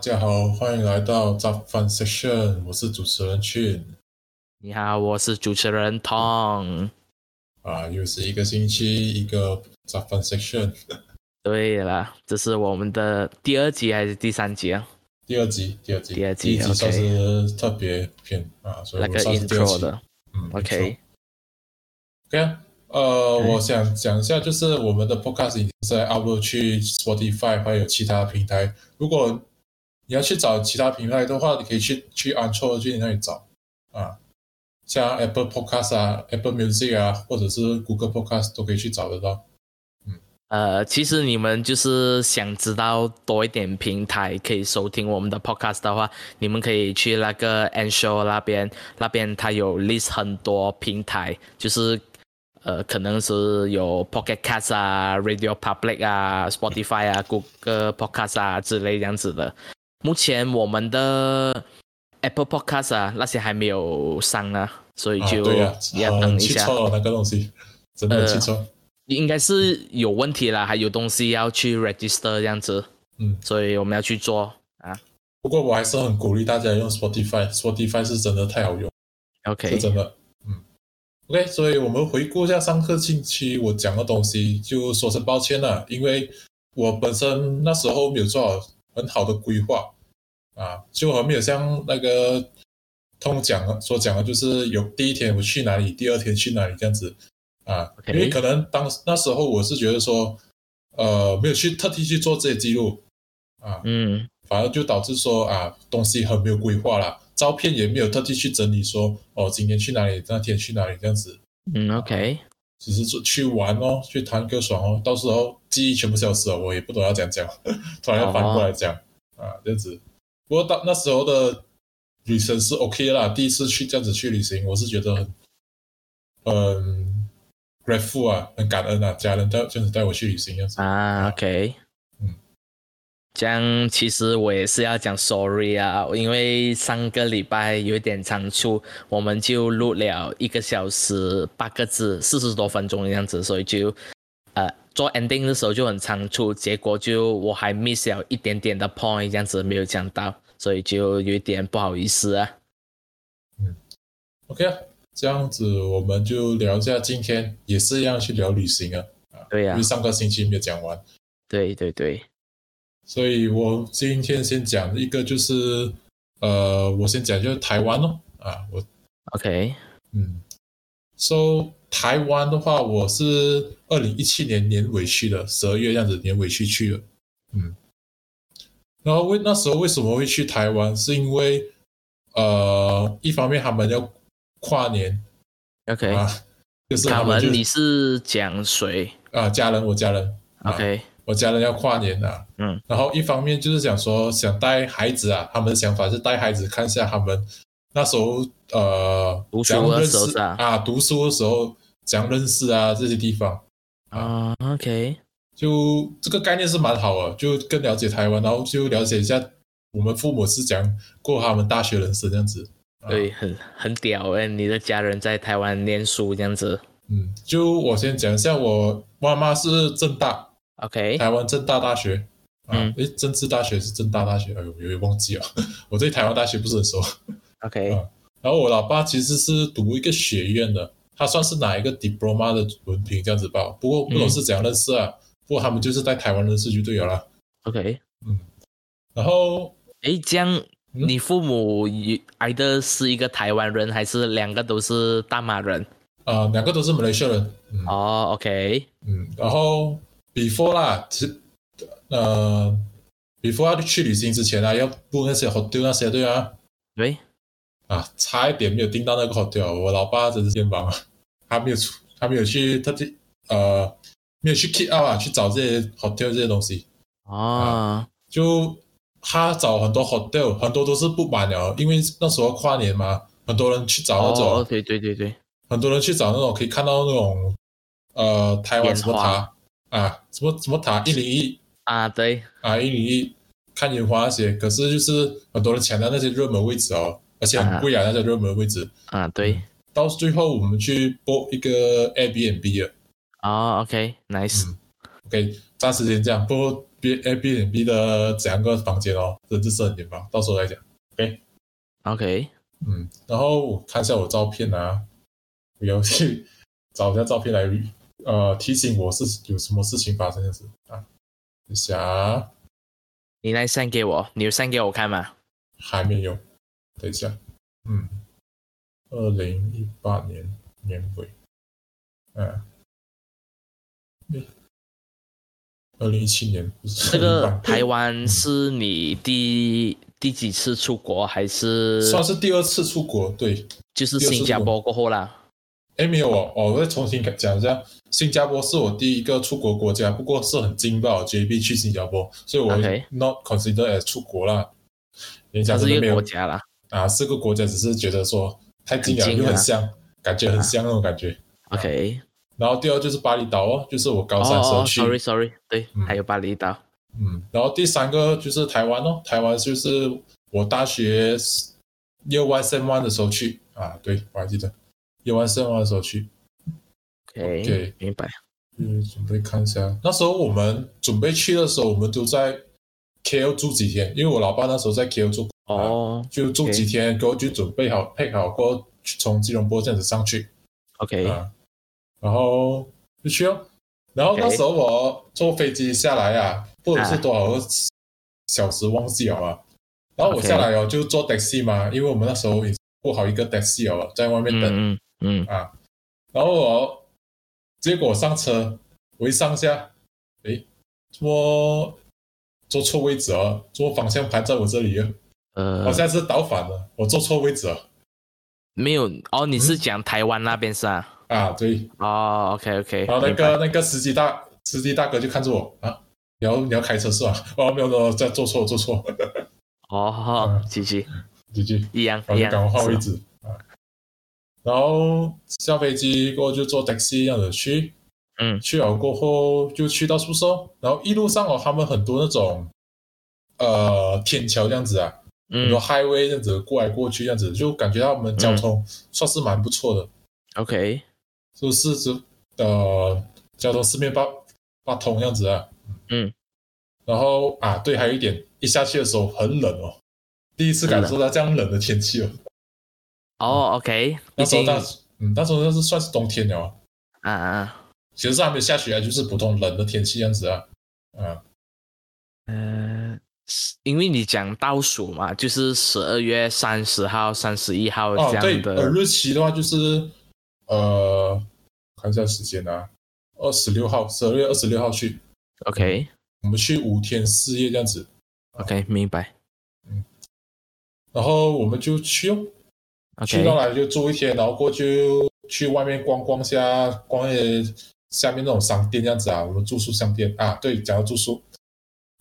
家好，欢迎来到杂饭 section，我是主持人 Chin 你好，我是主持人 Tom。啊，又是一个星期一个杂饭 section 对了，这是我们的第二集还是第三集啊？第二集，第二集，第二集第一集 OK 算是特别篇啊，所以那我个算是第二 intro 集。的嗯，OK， OK 啊，呃， OK 我想讲一下，就是我们的 Podcast 已经在 upload 去 Spotify 还有其他平台。如果你要去找其他平台的话，你可以去去 a n c h o r 去那里找啊，像 Apple Podcast 啊、Apple Music 啊，或者是 Google Podcast 都可以去找得到。啊呃，其实你们就是想知道多一点平台可以收听我们的 podcast 的话，你们可以去那个 a n s h o 那边，那边它有 list 很多平台，就是呃，可能是有 Pocket Cast 啊、Radio Public 啊、Spotify 啊、Google Podcast 啊之类这样子的。目前我们的 Apple Podcast 啊那些还没有上啊，所以啊，就对呀、也要啊，等一去下。错了那个东西，真的呃去错。应该是有问题啦，还有东西要去 register 这样子，嗯所以我们要去做啊。不过我还是很鼓励大家用 Spotify，Spotify 是真的太好用了。 OK，是真的。嗯，OK，所以我们回顾一下上个星期我讲的东西，就说声抱歉了，因为我本身那时候没有做好很好的规划啊，就还没有像那个通讲的所讲的，就是有第一天我去哪里，第二天去哪里这样子啊 OK 因为可能当那时候我是觉得说，呃，没有去特地去做这些记录啊，嗯，反而就导致说啊，东西很没有规划啦，照片也没有特地去整理说，哦，今天去哪里，那天去哪里这样子，嗯，OK，只是说去玩哦，去谈个爽哦，到时候记忆全部消失了，我也不懂要怎样讲， 突然要反过来讲、啊，这样子。不过到那时候的旅程是 OK 啦，第一次去这样子去旅行，我是觉得很，嗯，grateful 啊，很感恩啊，家人带这样子带我去旅行这样子。啊，OK，哎嗯，这样其实我也是要讲 sorry 啊，因为上个礼拜有一点仓促，我们就录了一个小时八个字，四十多分钟的样子，所以就呃做 ending 的时候就很仓促，结果就我还 miss 了一点点的 point，这样子没有讲到，所以就有一点不好意思啊。 OK 啊，这样子我们就聊一下今天也是一样去聊旅行啊。对呀、因为上个星期没有讲完，对对对，所以我今天先讲一个，就是呃，我先讲就是台湾咯啊，我 OK，嗯，so 台湾的话，我是二零一七年年尾去的，十二月这样子年尾去去的，嗯，然后为那时候为什么会去台湾，是因为呃，一方面他们要跨年 OK，、啊，就是卡他们门就，你是讲谁啊，家人我家人啊？OK，、我家人要跨年啊，嗯，然后一方面就是想说想带孩子啊，他们的想法是带孩子看一下他们那时候呃读书怎样的认时候识是吧啊，读书的时候讲认识啊这些地方，啊、o k 就这个概念是蛮好的，就更了解台湾，然后就了解一下我们父母是怎样过他们大学人生这样子。啊对，很很屌哎、你的家人在台湾念书这样子嗯，就我先讲一下，我妈妈是正大， ，OK，台湾政大大学。啊嗯，诶，政治大学是政大大学，哎呦，有点忘记了， 我对台湾大学不是很熟。 OK，、啊然后我老爸其实是读一个学院的，他算是拿一个 diploma 的文凭这样子吧。不过不懂是怎样认识啊，不过他们就是在台湾认识就对了啦。 OK，然后哎，这样嗯你父母也挨的是一个台湾人，还是两个都是大马人？啊、呃两个都是马来西亚人，嗯哦，OK，嗯。然后 before 啦，其实呃 before 要去旅行之前啊，要 book 那些 hotel 那些对啊，对，啊，差一点没有订到那个 hotel，我老爸真是肩膀啊，他没有出，他没有去特地呃没有去 keep up 啊，去找这些 hotel 这些东西。啊哦，就他找很多 hotel，很多都是不满了，因为那时候跨年嘛，很多人去找那种，哦，对对对对，很多人去找那种可以看到那种，呃，台湾什么塔啊，什么什么塔一零一啊，对，啊一零一看烟花那些，可是就是很多人抢到那些热门位置哦，而且很贵啊，那些热门位置。啊，对，到最后我们去 book 一个 Airbnb 啊了嗯哦，OK，nice，、嗯，OK，暂时先这样。不过 B A B n B 的怎样个房间哦，真的是很远吧，到时候再讲。 OK，嗯，然后我看一下我照片啊，我要去找一下照片来呃提醒我是有什么事情发生这样子啊。等一下啊你来 send 给我，你有 send 给我看吗？还没有，等一下，嗯，二零一八年年尾，嗯、啊，二零一七年不是这个2018台湾是你第第几次出国，还是算是第二次出国，对，就是第二次新加出坡过后啦？哎，没有哦，哦，我再重新讲一下，新加坡是我第一个出国国家，不过是很劲爆，JB 去新加坡，所以我 OK not consider as 出国啦。你它讲是真一的没个有国家啦。啊，四个国家只是觉得说太近了，很近又啊很像，感觉很像那种感觉。 OK，然后第二就是巴厘岛哦，就是我高哦三时哦候哦去， ，sorry sorry，对嗯，还有巴厘岛。嗯，然后第三个就是台湾哦，台湾就是我大学六 Y 升 one 的时候去啊，对我还记得六 Y 升 one 的时候去，OK OK，明白。嗯，准备看一下。那时候我们准备去的时候，我们都在 KL 住几天，因为我老爸那时候在 KL 住，哦就住几天，给我就准备好配好过后去从吉隆坡这样子上去啊、 ，OK，嗯然后就去哦。然后 OK 那时候我坐飞机下来啊，或者是啊多少个小时忘记了啊。然后我 OK 下来哦，就坐 taxi 嘛，因为我们那时候也不好一个 taxi 哦，在外面等。嗯嗯嗯，啊，然后我结果上车，我一上下，诶，坐坐错位置了，坐方向盘在我这里了，好呃，像是倒反了，我坐错位置哦了没有哦，你嗯是讲台湾那边是吧？啊，对，哦，OK OK，然后那个那个司机大司机大哥就看着我啊，你要你要开车是吧？ 哦，没有没有，在坐错坐错，哦嗯，继续继续。一样然一后就赶样快换位哎是置啊。然后下飞机过后就坐 taxi 这样子去，嗯去了过后就去到宿舍，然后一路上哦，他们很多那种呃天桥这样子啊，很嗯多 highway 这样子过来过去这样子，就感觉到我们交嗯通算是蛮不错的， ，OK，就是指呃交通四面八八通这样子啊，嗯，然后啊对，还有一点，一下去的时候很冷哦，第一次感受到这样冷的天气哦。哦，OK，嗯那已时候经那嗯，那时候那是算是冬天了啊，啊啊，其实是还没有下雪啊，就是普通冷的天气这样子啊，啊，呃，是因为你讲倒数嘛，就是十二月三十号、三十一号哦这对样，呃，的，日期的话就是呃，看一下时间啊，二十六号，十二月二十六号去， OK 我们去五天四夜这样子， OK，明白然后我们就去哦，去，OK，到来就住一天，然后过去去外面逛逛下，逛一些下面那种商店这样子啊，我们住宿商店啊，对，讲到住宿，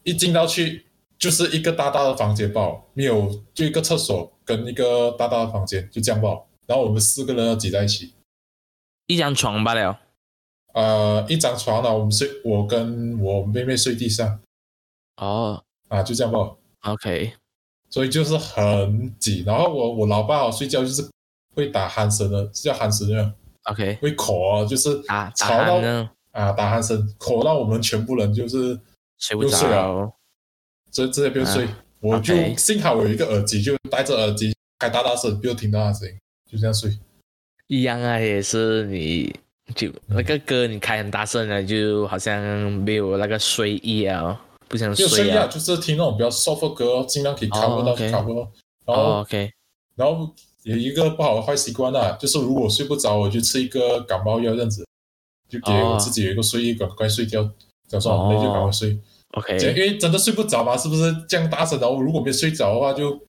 一进到去就是一个大大的房间吧，没有就一个厕所跟一个大大的房间，就这样吧。然后我们四个人要挤在一起，一张床罢了。呃，一张床呢，我们睡，我跟我妹妹睡地上哦啊，就这样吧。 ，OK，所以就是很挤。然后我我老爸、哦、睡觉就是会打鼾声的，是叫鼾声的， OK，会口啊，就是打打吵到鼾呢，啊，打鼾声，吼到我们全部人就是睡不又睡了，这着。这边不用睡，我就啊 OK 幸好我有一个耳机，就戴着耳机开大大声，不用听到他的声音，就这样睡。一样啊，也是你就那个歌你开很大声了，就好像没有那个睡意啊，不想就睡睡啊，啊。就是听那种比较 soft 的歌，尽量可以哦 cover 到 OK cover 到。然后、哦，OK，然后有一个不好的坏习惯啊，就是如果睡不着，我就吃一个感冒药这样子，就给哦我自己有一个睡意，赶快睡觉。早上很累就赶快哦睡，这样 OK，因为真的睡不着嘛，是不是？这样大声，然后如果没睡着的话，就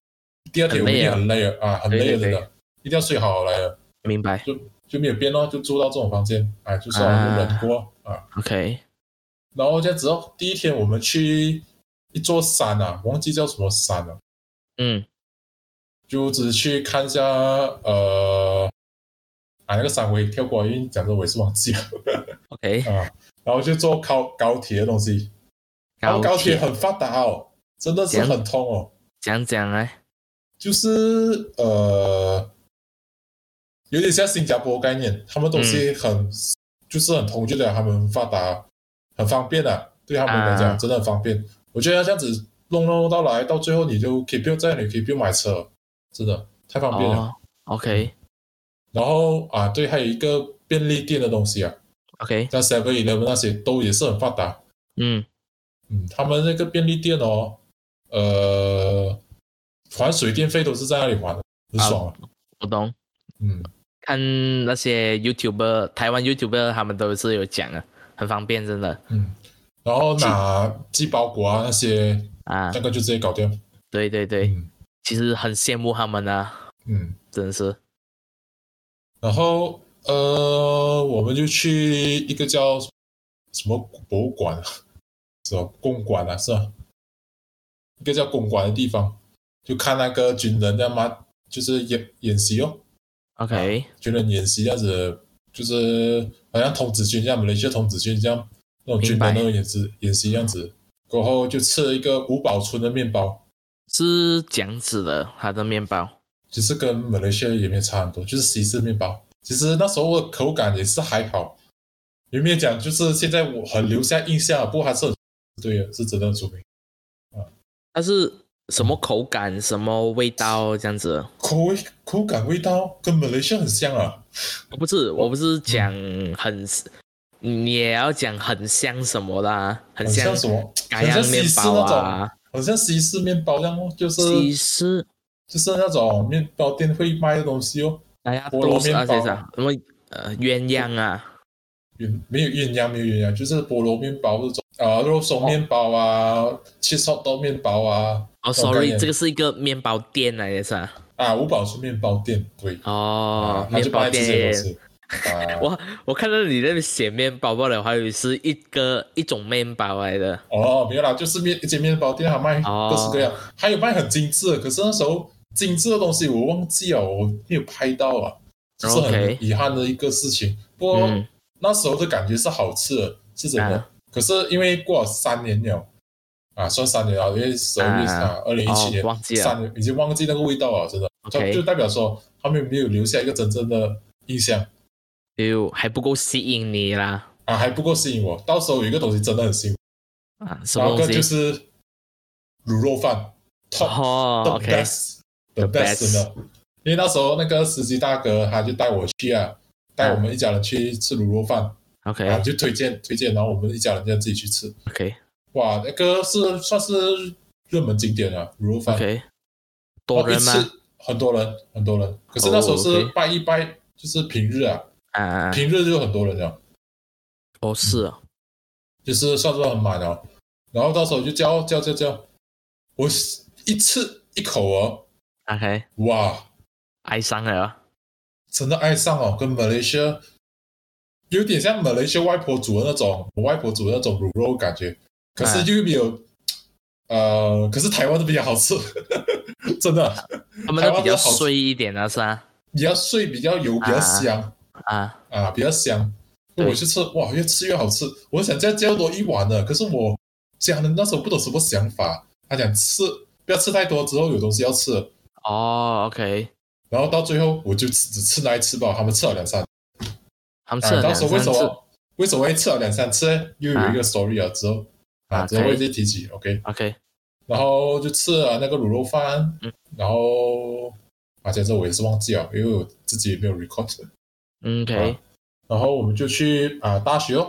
第二天我一定很很累了啊，很累对了，对真对的，一定要睡好来了。明白。就没有变咯，就住到这种房间，哎，就算我们忍过啊 OK，然后这样子哦，第一天我们去一座山啊，忘记叫什么山啊了、嗯就只是去看一下呃，啊那个山我也跳过，因为讲真我也是忘记了，OK，啊。然后就坐高高铁的东西，然后高铁很发达哦，真的是怎样很通哦，讲讲哎，就是呃，有点像新加坡概念，他们东西很、就是很通，就讲他们很发达，很方便啊。对他们来啊讲真的很方便。我觉得这样子弄弄到来，到最后你就可以不用在那里，可以不用买车，真的太方便了。哦，OK 然后啊，对，还有一个便利店的东西啊， OK，像 Seven Eleven 那些都也是很发达。嗯嗯，他们那个便利店哦，呃，还水电费都是在那里还的，很爽啊。我懂。嗯，看那些 YouTuber，台湾 YouTuber 他们都是有讲的，很方便，真的嗯，然后拿寄包裹啊那些，啊那，个就直接搞掉。对对对，嗯其实很羡慕他们啊，嗯，真的是然后呃，我们就去一个叫什么博物馆啊，什么公馆啊，是吧？一个叫公馆的地方，就看那个军人在嘛，就是演演习哦， OK，军人演习这样子，就是好像童子军这样，雷些童子军这样那种军明白人那种演习演习这样子。过后就吃了一个五宝村的面包，是这样子的，他的面包其实跟马来西亚也没差很多，就是西式面包。其实那时候我的口感也是还好，有没有讲？就是现在我很留下印象，不过还是很对的，是真的很出名。它是什么口感、什么味道这样子？口味口感味道跟马来西亚很像啊，哦不是，我不是讲很，你也要讲很像什么啦，很很像像什么？嘎样面包啊，很像西式面包这样哦，就是西式。就是那种面包店会卖的东西哦。哎呀，菠萝都是啊，面包这啥什么呃鸳鸯啊，鸳没有鸳鸯，没有鸳鸯，就是菠萝面包这种啊、肉松面包啊，切 h 刀面包啊，概哦，sorry，念这个是一个面包店来的是吧？啊，五宝村面包店，对，啊，哦他面就卖包这些店东。西。啊，我我看到你那边写面包包了，我还以为是一个一种面包来的。哦，没有啦，就是面一间面包店，还卖哦各式各样，还有卖很精致的。可是那时候精致的东西我忘记了，我没有拍到啊，这是 OK 很遗憾的一个事情。不过、嗯，那时候的感觉是好吃的，是真的。啊可是因为过了三年了，啊，算三年了，因为十二月啊啊，二零一七哦，年，忘记了。三年已经忘记那个味道了，真的。 OK 就就代表说他们没有留下一个真正的印象。哎呦，还不够吸引你啦啊，还不够吸引我。到时候有一个东西真的很吸引啊！什我，然么后一东个就西？是卤肉饭，top、哦 the ，OK， best the The best 真 best 的。因为那时候那个司机大哥他就带我去啊，带我们一家人去吃卤肉饭，啊， OK 就推荐推荐，然后我们一家人就自己去吃。 OK 哇，那个是算是热门景点啊，卤肉饭。 OK，哦多人吗一？次很多人，很多人。可是那时候哦是，OK 拜一拜，就是平日啊，啊啊，啊平日就很多人了。哦是哦就是算是很满哦。然后到时候就叫叫叫叫，我一吃一口哦， ，OK，哇，哀伤了哦。真的爱上哦，跟马来西亚有点像马来西亚外婆煮的那种，我外婆煮的那种卤肉感觉，可是嗯又没有，呃，可是台湾的比较好吃， 真的他们台都湾比较都好吃碎一点的是吧？比较碎，比较油，比较香啊，啊，比较香。对我去吃，哇，越吃越好吃。我想再叫多一碗的，可是我家人那时候不懂什么想法，他讲吃不要吃太多，之后有东西要吃了。哦，OK，然后到最后我就吃只吃那一次吧，他们吃了两三，他们吃啊，了到两时候为三什次么为什么会吃了两三次呢？又有一个 story 啊，之后啊，啊之后可会以再提起，OK。 ，OK，然后就吃了那个卤肉饭，嗯然后啊，接着我也是忘记了，因为我自己也没有 record。嗯啊然后我们就去啊大学哦，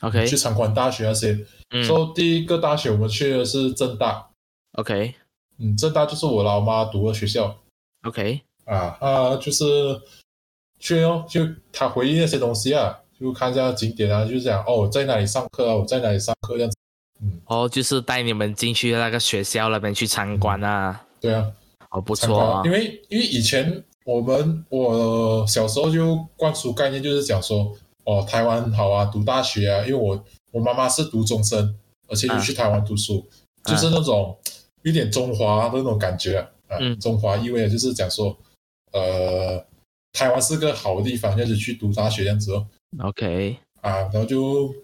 ，OK，OK，去参观大学那些。嗯所以第一个大学我们去的是正大， ，OK，OK，嗯，正大就是我老妈读的学校啊，啊，就是去哦，就她回忆那些东西啊，就看一下景点啊，就是讲哦，我在哪里上课啊，我在哪里上课这样子，哦，就是带你们进去那个学校那边去参观啊，对啊，哦，不参错观啊啊，因，为因为以前我们我小时候就灌输概念，就是讲说哦，台湾好啊，读大学啊，因为我我妈妈是读中生，而且就去台湾读书，啊就是那种有点中华的那种感觉啊，啊嗯中华意味啊就是讲说，呃，台湾是个好地方，要是去读大学这样子哦， OK，啊，然后就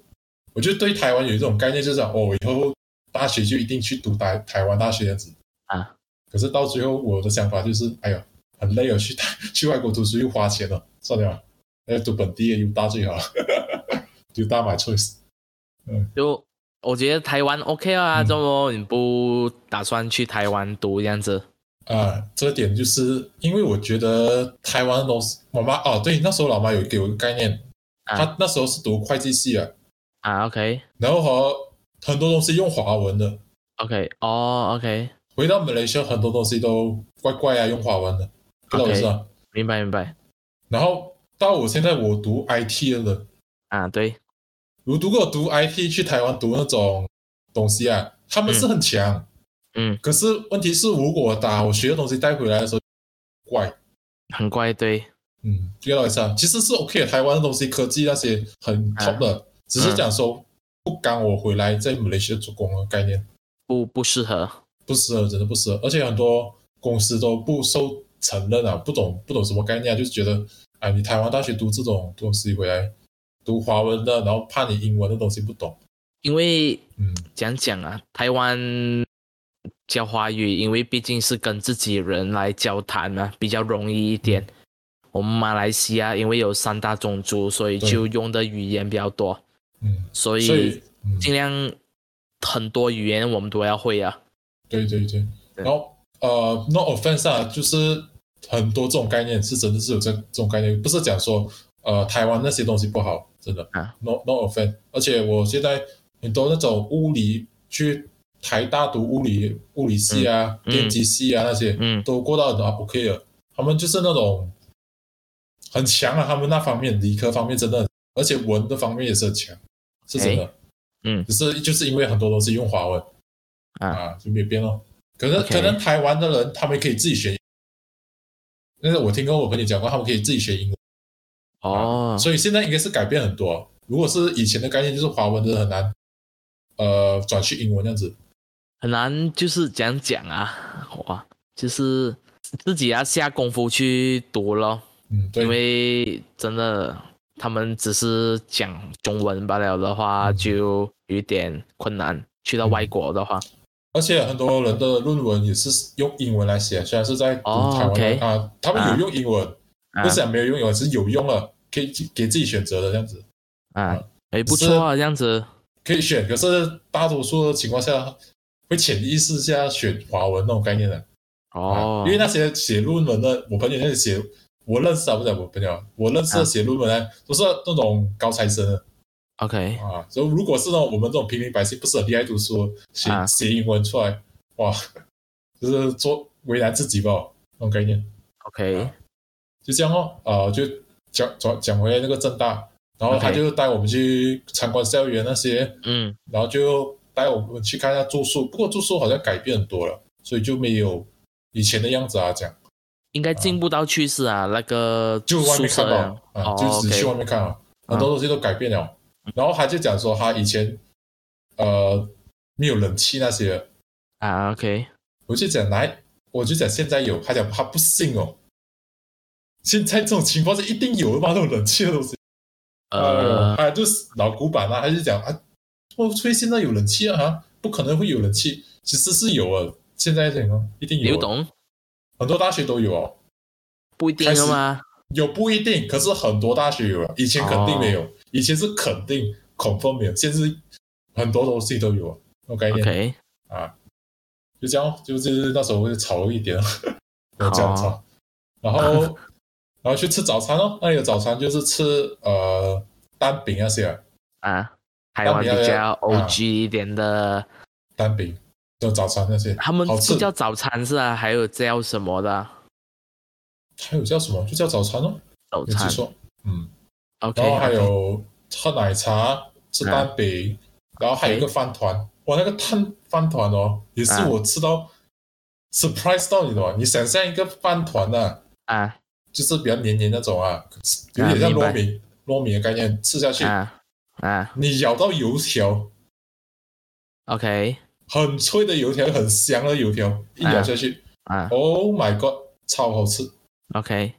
我就对台湾有一种概念，就是讲哦，我以后大学就一定去读台台湾大学这样子。啊，可是到最后我的想法就是，哎呀，很累哦，去 台去外国读书又花钱了，算了，啊 哎，读本地的 U 大最好，U 大买 choice。就我觉得台湾 OK 啊，嗯这么你不打算去台湾读这样子？啊，这点就是因为我觉得台湾的东西，我妈哦，对，那时候老妈有给我一个概念，啊她那时候是读会计系啊，啊，OK 然后和很多东西用华文的， OK，哦，OK，回到马来西亚很多东西都怪怪啊，用华文的，不知道为 OK 什么。明白明白。然后到我现在我读 IT 了，啊，对，如如果读 IT 去台湾读那种东西啊，他们是很强，嗯，可是问题是如果打我学的东西带回来的时候怪，很怪，对，嗯，不要一下，其实是 OK 的。台湾的东西科技那些很啊 top 的，只是讲说不赶我回来在马来西亚做工的概念不不适合。不适合，真的不适合。而且很多公司都不受承认啊，不懂不懂什么概念、啊，就是觉得啊，你台湾大学读这种东西回来读华文的，然后怕你英文的东西不懂，因为嗯，讲讲啊，台湾教华语，因为毕竟是跟自己人来交谈嘛，比较容易一嗯点。我们马来西亚因为有三大种族，所以对就用的语言比较多，嗯，所所以以嗯。尽量很多语言我们都要会啊。对对对，对然后呃，no offense 啊，就是很多这种概念是真的是有这这种概念，不是讲说呃台湾那些东西不好，真的、啊 n o no offense。而且我现在很多那种物理去台大读物理物理系啊、嗯电机系啊那些，嗯都过到啊 OK 了，他们就是那种很强啊，他们那方面理科方面真的很，而且文的方面也是很强，是真的。哎嗯只是就是因为很多东西用华文啊就没变咯。可能 OK 可能台湾的人他们可以自己学英，但是我听过我朋友讲过，他们可以自己学英文，哦，啊所以现在应该是改变很多。啊如果是以前的概念，就是华文的很难，呃，转去英文这样子。很难就是讲讲啊，哇，就是自己要下功夫去读咯。嗯，对因，为真的他们只是讲中文罢了的话，嗯就有一点困难。去到外国的话，而且很多人的论文也是用英文来写，虽然是在读哦台湾的、 OK 啊，他们有用英文，啊嗯不是讲没有用英文，是有用了，可以给自己选择的这样子。啊，哎，不嗯是错啊，这样子可以选，可是大多数的情况下会潜意识下选华文那种概念的、哦啊，因为那些写论文的，我朋友那些写，我认识啊，不是我朋友，我认识的啊写论文的、都是那种高材生的 OK 啊，所以如果是那种我们这种平民百姓不是很厉害读书，写、啊写英文出来，哇， 就是做为难自己吧，那种概念， OK，啊就这样哦，啊、就讲讲讲回那个正大，然后他 OK 就带我们去参观校园那些。嗯然后就带我们去看一下住宿，不过住宿好像改变很多了，所以就没有以前的样子啊，讲应该进步到去世啊，那个就外面宿看舍呀到啊，就只去外哦 OK 面看啊，很多东西都改变了。然后他就讲说他以前呃没有冷气那些，啊 OK 我就讲来，我就讲现在有，他讲他不信哦。现在这种情况是一定有的嘛，那种冷气的东西，呃啊，就是老古板啊，他就讲啊，我吹现在有冷气啊，啊不可能会有冷气，其实是有啊，现在这个一定有刘啊，董很多大学都有哦，不一定的吗？有不一定，可是很多大学有啊，以前肯定没有，以前是肯定 confirm 没有，现在是很多东西都有啊，我概念 OK 就这样哦，就是那时候会吵了一点， 有这样好啊吵，然后然后去吃早餐哦，那里的早餐就是吃呃蛋饼那些啊啊，台当湾你要比较啊 OG 一点的，蛋饼的早餐那些，他们好吃不叫早餐是啊，还有叫什么的啊还有叫什么？就叫早餐哦，早有记餐错，嗯， OK，然后还有喝奶茶、吃蛋饼，啊然后还有一个饭团，哇，那个碳饭团哦，也是啊我吃到 surprise 到你的哦，你想象一个饭团啊，啊就是比较黏黏那种啊，有点像糯米糯米的概念，吃下去啊啊你咬到油条， ，OK 很脆的油条，很香的油条，一咬下去啊，Oh my god，超好吃！ ，OK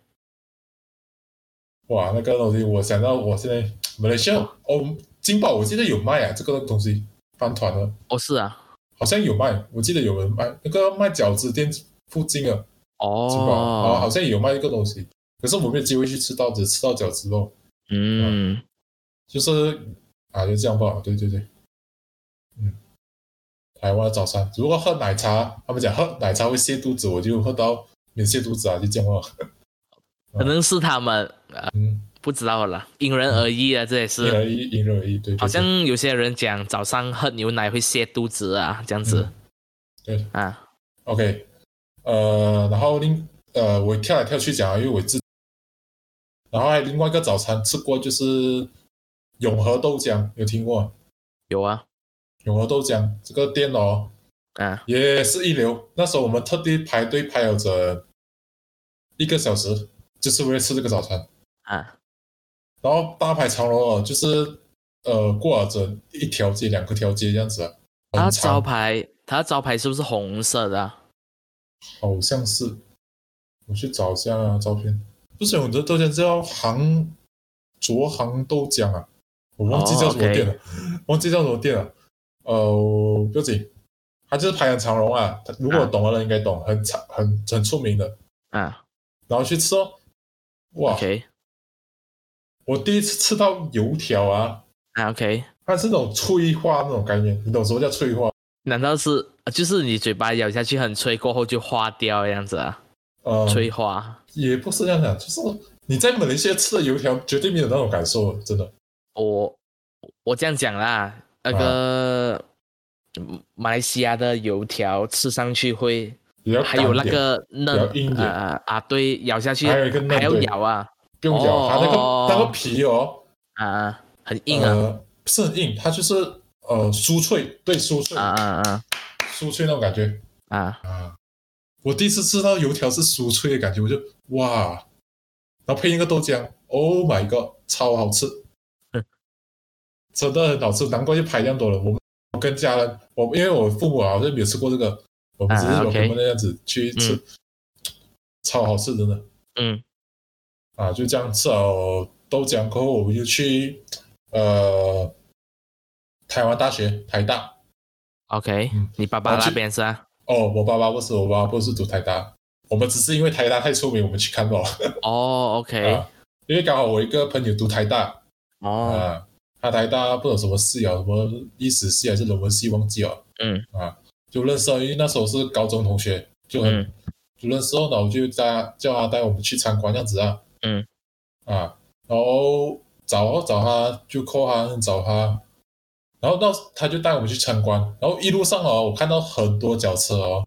哇，那个东西，我想到我现在马来西亚哦，金宝我记得有卖啊，这个东西饭团的，哦是啊，好像有卖，我记得有人卖那个卖饺子店附近的金宝啊，好哦，像有卖一个东西，可是我没有机会去吃到，只吃到饺子肉，嗯，就是啊，就这样吧，对对对，台湾的早餐。如果喝奶茶，他们讲喝奶茶会泻肚子，我就喝到没泻肚子啊，就这样哦。可能是他们嗯，不知道了，因人而异啊，这因也人啊是。而异，因人而异，对，对好像有些人讲早上喝牛奶会泻肚子啊，这样子。嗯对啊， OK，呃，然后另呃，我跳来跳去讲啊，因为我自，然后还有另外一个早餐吃过就是永和豆浆，有听过吗有啊，永和豆浆这个店哦，啊，也是一流。那时候我们特地排队排了整一个小时，就是为了吃这个早餐。啊，然后大排长龙哦，就是呃过了整一条街、两个条街这样子啊，他很的招长，牌，他的招牌是不是红色的啊、好像是。我去找一下照片，不是我的豆浆叫杭卓杭豆浆啊，我忘记叫什么店了，忘记叫什么店了。呃，不要紧，它就是排很长龙啊。它如果啊懂的人应该懂，很长、很很出名的。啊然后去吃哦，哇，OK，我第一次吃到油条啊，啊，OK，它是那种脆化那种概念，你懂什么叫脆化？难道是啊就是你嘴巴咬下去很脆，过后就化掉的样子啊？呃，催化也不是这样讲，就是你在马来西亚吃的油条绝对没有那种感受，真的。我我这样讲啦，那啊个、嗯马来西亚的油条吃上去会，比较还有那干一点个嫩比较硬一啊点啊啊，对，咬下去还有一个嫩还要对咬啊不用咬，哦它那个、哦那个皮哦，啊啊，很硬啊、呃，不是很硬，它就是呃酥脆，对酥脆、啊啊酥脆那种感觉啊啊！啊。我第一次吃到油条是酥脆的感觉，我就哇，然后配一个豆浆，Oh my god，超好 吃，真的很好吃，难怪就排这样多人。我们我跟家人，我因为我父母啊好像没有吃过这个，我们只是啊有，OK 朋友那样子去吃，嗯超好吃，真的。嗯，啊，就这样吃了豆浆过后，我们就去呃台湾大学台大。 OK，、嗯你爸爸啊那去边是啊？哦，我爸爸不是，我爸爸不是读台大，我们只是因为台大太出名，我们去看到了。哦，OK，、啊，因为刚好我一个朋友读台大哦，啊，他台大不懂什么系啊，什么历史系还是人文系忘记了，嗯啊，就认识了，因为那时候是高中同学，就很、啊嗯就认识后，然后我就带叫他带我们去参观这样子啊，嗯，啊，然后找啊找他就 call 他找他，然后到他就带我们去参观，然后一路上哦，我看到很多脚车哦，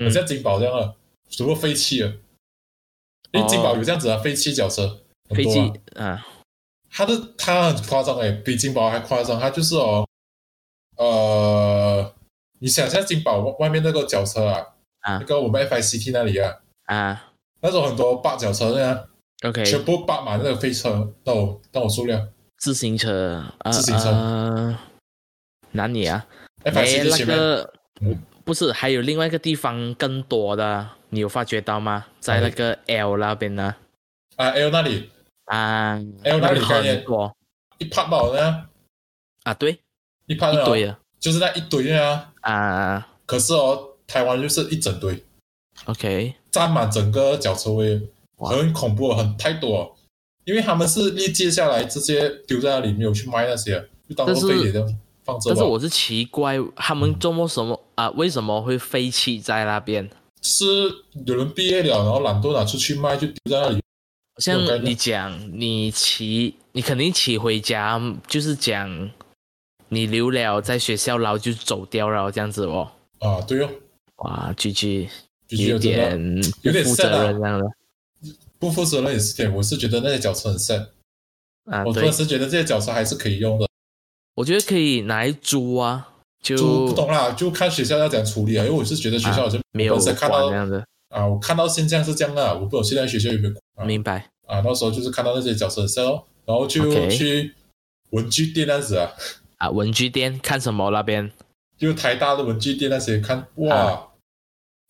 嗯很像金宝这样的，全部废弃了，因为金宝有这样子啊，废弃脚车，很哦飞多啊机啊他的他很夸张哎，比金宝还夸张。他就是哦，呃，你想象金宝外外面那个脚车啊，啊那个我们 FICT 那里啊，啊那种很多八脚车那样， ，OK，全部霸满那个飞车那种那种数量。自行车，啊自行车啊哪里啊？没 FICT 那前面、个嗯不是，还有另外一个地方更多的，你有发觉到吗？在那个 L 那边呢？啊 L 那里啊，L 那那里边看很见多一趴到呢，啊，对，一趴一到堆啊就是那一堆啊。啊可是哦，台湾就是一整堆， ，OK，占满整个脚车位，哇很恐怖，很太多了，因为他们是历届下来直接丢在那里，没有去卖那些，啊就当但是做废铁这样放着但吧。是我是奇怪，他们做么什么啊？为什么会废弃在那边？是有人毕业了，然后懒惰拿出去卖，就丢在那里。好像有概念你讲你骑，你肯定骑回家，就是讲你留了在学校，然后就走掉了这样子哦。啊，对哦，哇，G G，就觉有得真的点不有点负 sad 啊责任这样的不负责任也是点。我是觉得那些脚车很 sad，、啊。我对顿，时觉得这些脚车还是可以用的，我觉得可以拿来租啊，就就不懂啦，就看学校要怎样处理啊。因为我是觉得学校好像没有我本身看到管这样的，啊，我看到现象是这样的啊，我不懂现在学校有没有啊明白？啊，那时候就是看到那些脚车很 sad 哦，然后就 OK 去文具店那样子啊。啊，文具店看什么那边就台大的文具店那些看哇，啊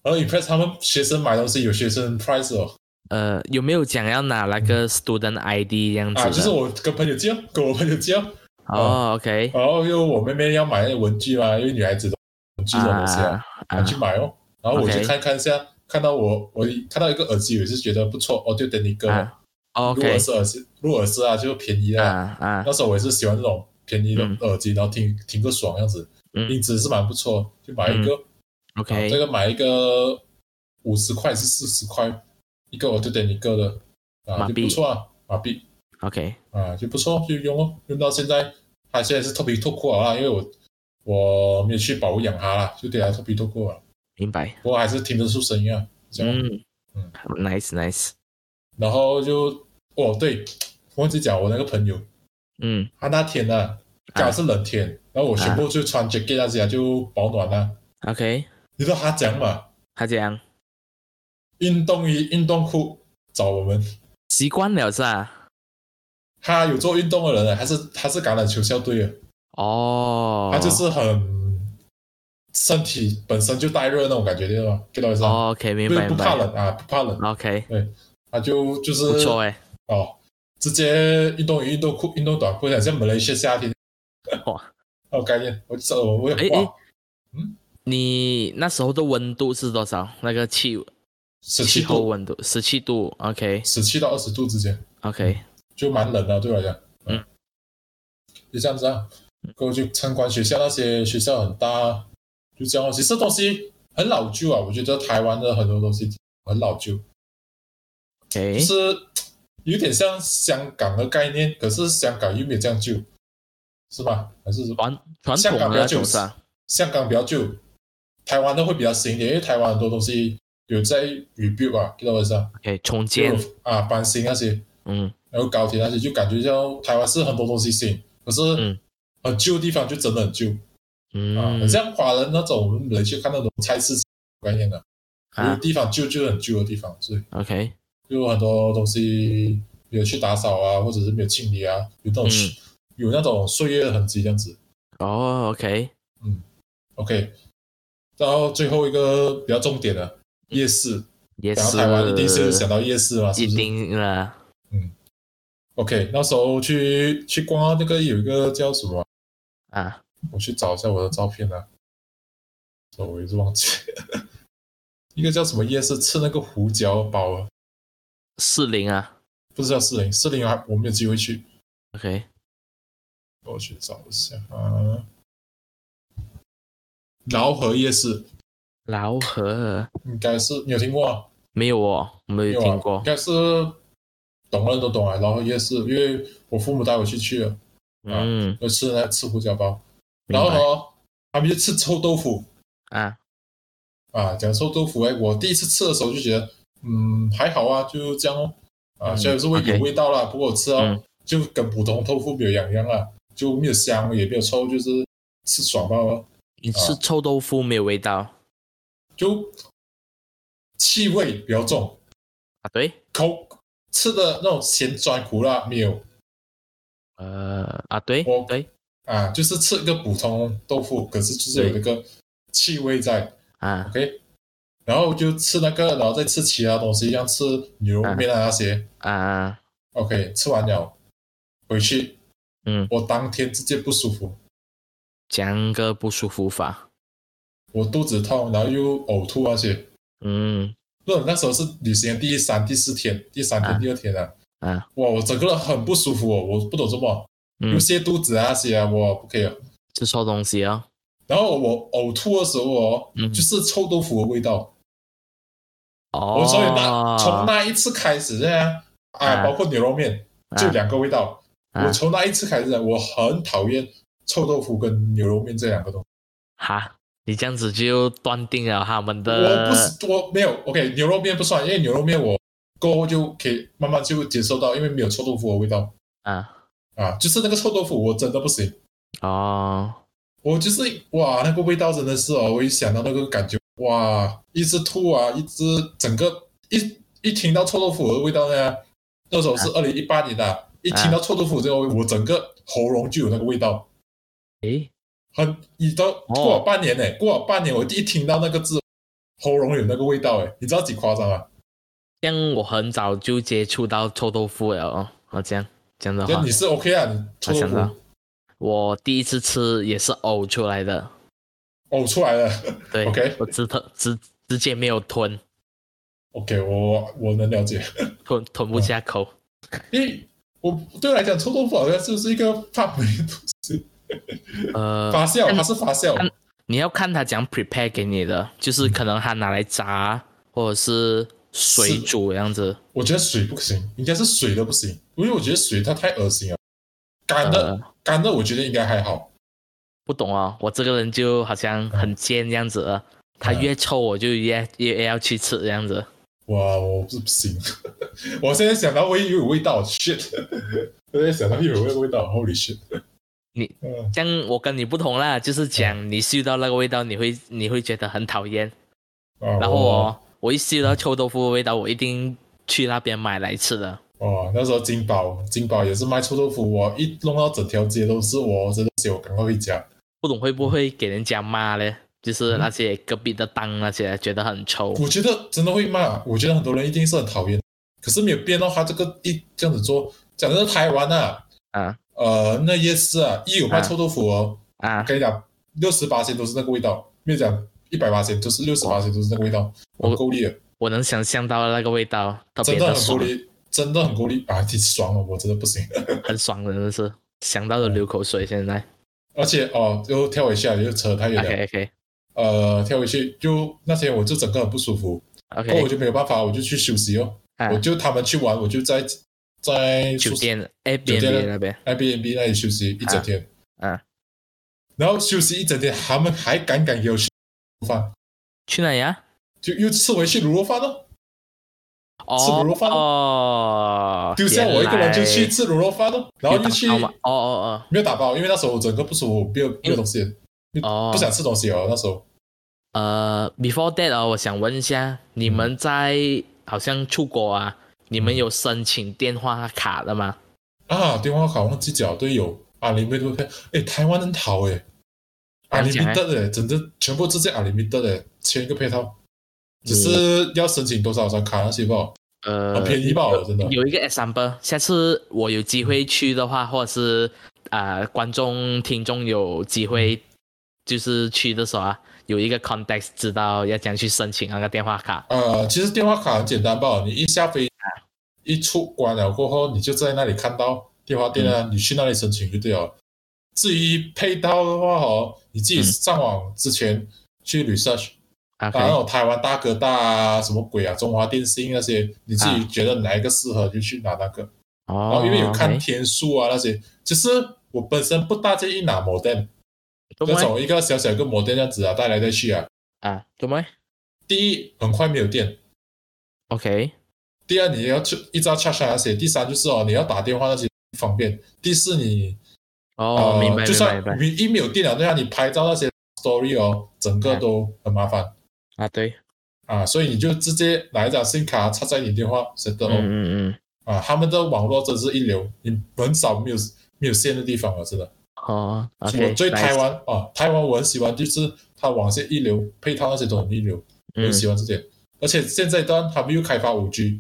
然后 impress 他们学生买东西有学生 price 哦呃有没有讲要拿那个 student ID 这样嗯子啊，嗯的？就是我跟朋友借哦，跟我朋友借哦，哦，OK，然后因为我妹妹要买那文具嘛，因为女孩子的文具这种东西啊，啊啊啊去买哦，然后我 OK 去看看一下，看到我我看到一个耳机，我是觉得不错，哦我就等你哥啊入耳，OK，式耳机，入耳式啊就便宜啊啊，啊那时候我也是喜欢这种便宜的嗯耳机，然后听听个爽这样子，嗯音质是蛮不错，就买一个。啊这，OK，个买一个五十块是四十块，一个我就点一个的，啊马就币不错啊，马币 OK，啊就不错，就用哦，用到现在，它现在是脱皮脱裤啊，因为我我没有去保养它啦，就对它脱皮脱裤了，明白。不过还是听得出声音啊，这样，嗯嗯，nice nice，然后就哦对，我忘记讲我那个朋友，嗯他那天呢、啊、刚好是冷天，然后我全部就穿 jacket 那些啊就保暖啦、 ，OK，你知道他讲嘛，他这样运动衣运动裤找我们。习惯了是吧？他有做运动的人呢，他是他是橄榄球校队的，啊哦，他就是很身体本身就带热那种感觉，对吧？get 到意思吗？哦，OK，明不白不明怕白冷啊，不怕冷， ，OK，他就就是不错哎，哦，直接运动衣、运动裤、运动短裤，很像马来西亚夏天哇，哎那种概念。我这我我诶诶哇，你那时候的温度是多少？那个气十气七候度、温度十七度，OK 十七到二十度之间， OK，就蛮冷的，对我来讲，嗯，就这样子啊。过去参观学校，那些学校很大，就这样哦。其实东西很老旧啊，我觉得台湾的很多东西很老旧。 OK，就是有点像香港的概念，可是香港又没有这样旧，是吧？还是传传香统港比的较那旧种是吧？香港比较旧，台湾的会比较新一点，因为台湾很多东西有在 rebuild 啊，知道我意思啊？ ？OK，重就建，啊翻新那些，嗯然后高铁那些，就感觉像台湾是很多东西新，可是嗯很旧的地方就真的很旧、啊，嗯很，像华人那种我们人去看那种菜市场概念的，有啊地方旧就很旧的地方，所以。 ，OK，就有很多东西没有去打扫啊，或者是没有清理啊，有那种、嗯有那种岁月的痕迹这样子。哦，OK， OK，然后最后一个比较重点的夜市，也想是，到台湾一定是想到夜市嘛，是一不是定啦， ？OK，那时候去去逛那个有一个叫什么啊，啊，我去找一下我的照片啊，所以我一直忘记， 一个叫什么夜市吃那个胡椒包啊，四零啊不知道四零四零还我没有机会去， ，OK，我去找一下啊。饶河夜市劳合应该是你有听过啊？没有哦，没没有有听啊、应过，该是懂的人都懂啊。饶河夜市，因为我父母带我去去了，啊嗯，就吃那吃胡椒包，明然后白呢，他们就吃臭豆腐啊，啊。讲臭豆腐哎，我第一次吃的时候就觉得，嗯，还好啊，就这样哦。啊，嗯虽然是会 OK 有味道啦，不过我吃到、嗯就跟普通豆腐没有两样啦，就没有香也没有臭，就是吃爽爆了。你吃臭豆腐没有味道啊？就气味比较重，啊对，口吃的那种咸酸苦辣没有呃，啊对我对啊，就是吃一个普通豆腐，可是就是有那个气味在啊，OK。然后就吃那个，然后再吃其他东西，像吃牛肉面啊那些、啊， o k 吃完了回去，嗯，我当天直接不舒服，讲个不舒服法，我肚子痛，然后又呕吐那些。嗯那那时候是旅行的第三、第四天，第三天、啊第二天啊，啊哇，我整个人很不舒服、哦，我不懂怎么，有嗯，泻肚子啊那些啊，我不可以啊。吃臭东西哦，然后我呕吐的时候哦，嗯就是臭豆腐的味道。哦，我所以那从那一次开始这样，哎，啊包括牛肉面就两个味道。啊我从那一次开始，我很讨厌臭豆腐跟牛肉面这两个东西。啊哈，你这样子就断定了他们我的不是我没有 OK，牛肉面不算，因为牛肉面我过后就可以慢慢就接受到，因为没有臭豆腐的味道啊啊，就是那个臭豆腐我真的不行，哦，我就是哇，那个味道真的是哦，我一想到那个感觉，哇，一直吐啊，一直整个一一听到臭豆腐的味道呢，那时候是二零一八年的、啊一听到臭豆腐之后，我整个喉咙就有那个味道，诶，很已到过了半年呢、过了半年我一听到那个字，喉咙有那个味道哎，你知道几夸张啊？这样我很早就接触到臭豆腐了哦，哦这样这样的那话你，是 OK 啊，你臭豆我想到腐我第一次吃也是呕出来的，呕哦出来了 对 OK 我直吞直直接没有吞， ，OK，我我能了解，吞吞不下口，因为我对我来讲臭豆腐好像就是一个范围的东西。呃，发酵，它是发酵，看你要看他怎样 prepare 给你的，就是可能他拿来炸或者是水是煮这样子。我觉得水不行，应该是水的不行，因为我觉得水它太恶心了。干的、呃干的，我觉得应该还好。不懂啊、我这个人就好像很尖这样子啊，他越臭我就越越要去吃这样子。哇，我不是不行， 我现在想到味又有味道，shit！我现在想到又有味味道，holy shit！你嗯，像我跟你不同啦，就是讲你嗅到那个味道，你会你会觉得很讨厌。啊然后我我一嗅到臭豆腐的味道，我一定去那边买来吃的。哇，哦那时候金宝金宝也是卖臭豆腐，我一弄到整条街都是我，真的是我赶快回家。不懂会不会给人家骂嘞？就是那些隔壁的档那些觉得很臭。我觉得真的会骂，我觉得很多人一定是很讨厌，可是没有变到他这个一这样子做。讲真的，台湾啊，啊呃，那夜市啊，一有卖啊臭豆腐哦，啊！跟你讲，六十八千都是那个味道，没有讲一百八千，就是六十八千都是那个味道，我很够力的，我能想象到那个味道，特别真的很够爽，力，真的很够力啊！挺爽的，我真的不 行。很爽的，真的是想到都流口水。现在而且哦，又跳回去啊，又扯太远了。 ，OK OK 呃，跳回去就那天我就整个很不舒服，然后我 OK，就没有办法，我就去休息哦。啊我，就他们去玩，我就在在酒宿舍店酒店 Airbnb 那边 Airbnb 那里休息一整天，啊，然后休息一整天，他们还敢敢给我去卤肉饭，去哪里啊？就又吃回去卤肉饭哦，哦卤肉饭哦，丢下我一个人就去吃卤肉饭哦，然后原来，又去你打包吗哦哦没有打包，因为那时候我整个不舒服，没有没有东西，哦哦，不想吃东西哦。那时候呃，before that 啊、我想问一下，你们在好像出国啊，你们有申请电话卡的吗？啊，电话卡忘记缴，对有阿里米特配，哎，台湾很好哎，阿里讲米哎特的，整个全部都是阿里米特的，哎签一个配套，只是要申请多少张卡那些吧，呃很，哦便宜吧，真的。有一个 example，下次我有机会去的话，或者是啊、呃观众听众有机嗯会就是去的时候啊，有一个 context 知道要怎样去申请那个电话卡。呃，其实电话卡很简单吧，你一下飞，啊一出关了过后，你就在那里看到电话店啊，嗯你去那里申请就对了。至于配套的话哦，你自己嗯上网之前去 research，、 OK，打那种台湾大哥大啊，什么鬼啊，中华电信那些，你自己啊觉得哪一个适合就去拿那个。然哦后，因为有看 OK 天数啊那些，其实我本身不大建议拿 modem，做那么种一个小小一个 modem 这样子啊，带来带去啊。啊？做么第一，很快没有电。 ？OK，第二，你要去一直要 charge 那些；第三，就是哦，你要打电话那些不方便；第四你，哦，呃明白就明白算明白你一没有电脑对啊，你拍照那些 story 哦，整个都很麻烦啊，对，啊，所以你就直接拿一张 SIM 卡插在你电话 set 嗯 up 哦嗯嗯。啊，他们的网络真是一流，你很少没有没有线的地方了，真的。哦，OK，我对 nice 台湾啊，台湾我很喜欢，就是它网线一流，配套那些都很一流，我嗯很喜欢这点。而且现在当然他们又开发五 G，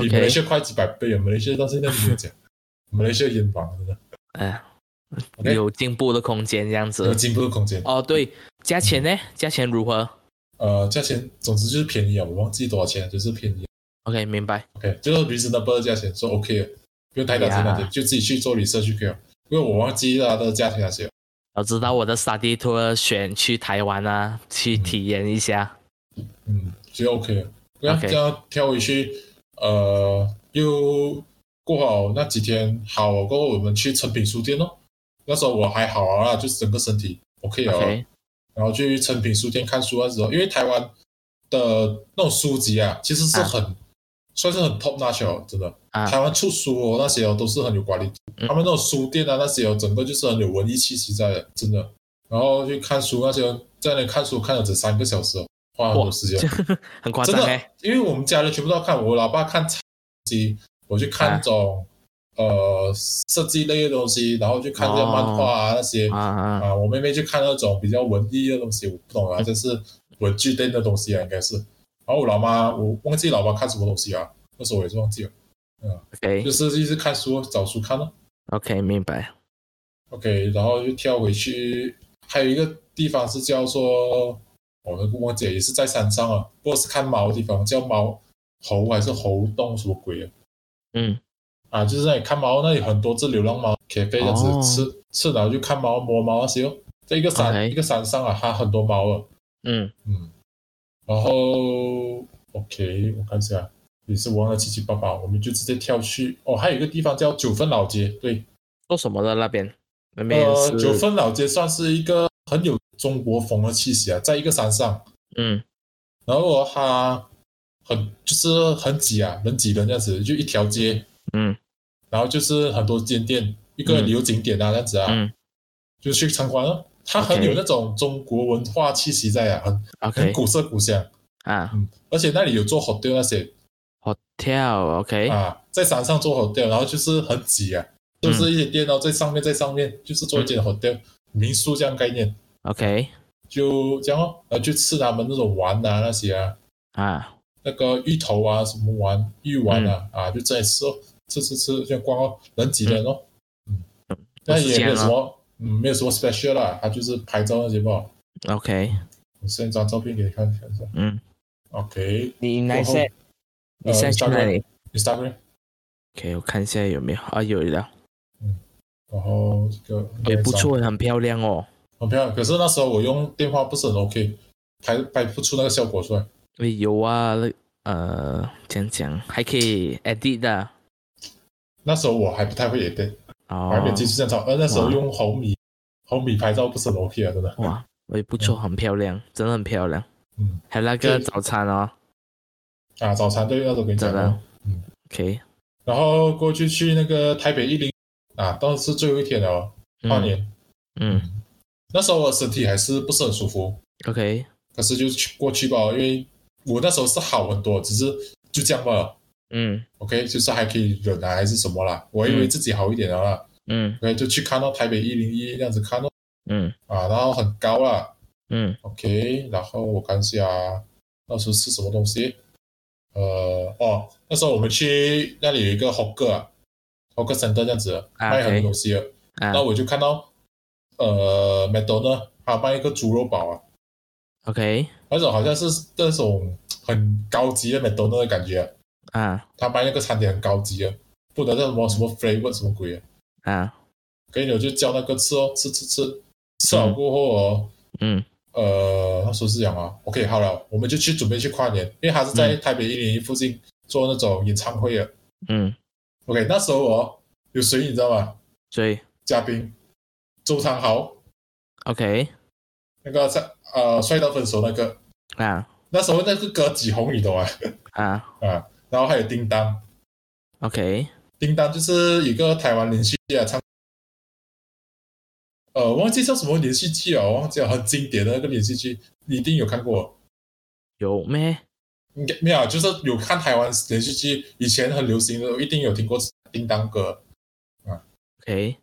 比马来 OK，西亚快几百倍啊！马来西亚到现在没有 讲，马来西亚烟房真的哎， OK 有进步的空间这样有子。进步的空间。哦，对，价钱呢？价钱如何呃，价钱总之就是便宜啊，我忘记多少钱，就是便宜。 ？OK，明白。 OK，就是 reasonable 的价钱，说 OK 的，不用太担心那些，就自己去做 research 就可以了。因为我忘记它的价钱那些了。我知道我的 study tour 选去台湾啊，去体验一下。嗯，觉得 OK 了。那 OK 这样跳回去，呃，又过好那几天，好过后我们去成品书店哦。那时候我还好啊，就是整个身体 OK 了哦。 OK，然后去诚品书店看书那时候，因为台湾的那种书籍啊，其实是很、算是很 top notch 哦，真的。啊台湾出书哦，那些哦都是很有管理，嗯他们那种书店啊，那些哦，整个就是很有文艺气息在的，真的。然后去看书那些哦，在那里看书看了整三个小时、哦，花了很多时间，很夸真张的哎。。因为我们家人全部都要看，我老爸看杂志，我去看啊那种、呃设计类的东西，然后去看这些漫画啊、那些哦啊啊，啊，我妹妹就看那种比较文艺的东西，我不 懂啊，这是文具类的东西啊，应该是。然后我老妈，我忘记老妈看什么东西啊，那时候我也是忘记了，就 OK 是一直看书找书看咯。 OK，明白。 OK，然后就跳回去，还有一个地方是叫做，我那个忘记了，也是在山上啊，不过是看猫的地方，叫猫猴还是猴洞什么鬼啊？嗯，啊，就是在看猫那里很多只流浪猫，可以这样子哦吃、吃，然后就看猫摸猫那些哦。在一个山 OK 一个山上啊，它很多猫了，嗯，嗯。然后 OK，我看一下，也是忘了七七八八，我们就直接跳去哦，还有一个地方叫九份老街，对，做什么的那边？那边呃，是、九份老街算是一个很有中国风的气息啊，在一个山上，嗯然后它很就是很挤啊，人挤人这样子，就一条街，嗯然后就是很多间店，一个嗯旅游景点啊，这样子啊，嗯就去参观了。它啊很 OK 有那种中国文化气息在啊，很很，OK 古色古香，啊而且那里有做 hotel 那些，hotel OK，、啊，在山上做 hotel，然后就是很挤啊，就是一些店然后在上面，在上面就是做一间 hotel、民宿这样概念， OK 就这样哦，然后去吃他们那种丸啊那些啊，啊，那个芋头啊什么丸玉丸啊、嗯啊，就这里吃哦，吃吃吃这样逛哦，人挤人哦，嗯，那、都是也这没有样啊什么，嗯，没有什么 special 啦，他就是拍照那些吧， OK，我先一张照片给你看看一下嗯， ，OK，Instagram，、你哪然后些？你现在去哪里 Instagram， ？OK，我看一下有没有啊，有了，然后这个也不，错，很漂亮哦。很漂亮。可是那时候我用电话不是很 OK，拍拍不出那个效果出来。诶，有啊，那呃，讲讲还可以 edit 的那时候我还不太会 edit，我哦还没有技术正常。而那时候哇用红米，红米拍照不是很 OK 啊，真的。哇，也不错，很漂亮，真的很漂亮。嗯，还有那个就早餐哦啊，早餐对，那时候跟你讲真的的。 ，OK，然后过去去那个台北一零啊，当时是最后一天了哦，跨嗯年。嗯那时候我身体还是不是很舒服， ，OK，可是就去过去吧，因为我那时候是好很多，只是就这样罢了。嗯 OK，就是还可以忍啊，还是什么啦？我以为自己好一点了啦。嗯 OK，就去看到台北一零一这样子看到嗯啊，然后很高啦。嗯 OK，然后我看一下那时候吃什么东西。呃，哦，那时候我们去那里有一个 hawker 啊，hawker center 这样子啊卖很多 OK 东西的。啊那我就看到呃麦 c 呢，他卖一个猪肉堡啊， ，OK 那种好像是那种很高级的麦 c 的感觉啊、啊他卖那个餐点很高级啊，不能那什么什么 flavor 什么鬼啊。啊可以，我就叫那个吃哦，吃吃吃，吃好过后哦，嗯呃，那时候是讲啊，OK，好了，我们就去准备去跨年，因为他是在台北一零一附近做那种演唱会的。嗯， OK，那时候哦，有谁你知道吗？所以嘉宾周汤豪， OK 那个在呃帅到分手那个，啊那时候那个歌几红你懂啊啊啊，然后还有叮当， OK 叮当就是一个台湾连续剧啊，唱。呃，忘记叫什么连续剧了，我忘记了，很经典的那个连续剧，你一定有看过。有咩？应该没有，就是有看台湾连续剧，以前很流行的，一定有听过《叮当歌 OK，》，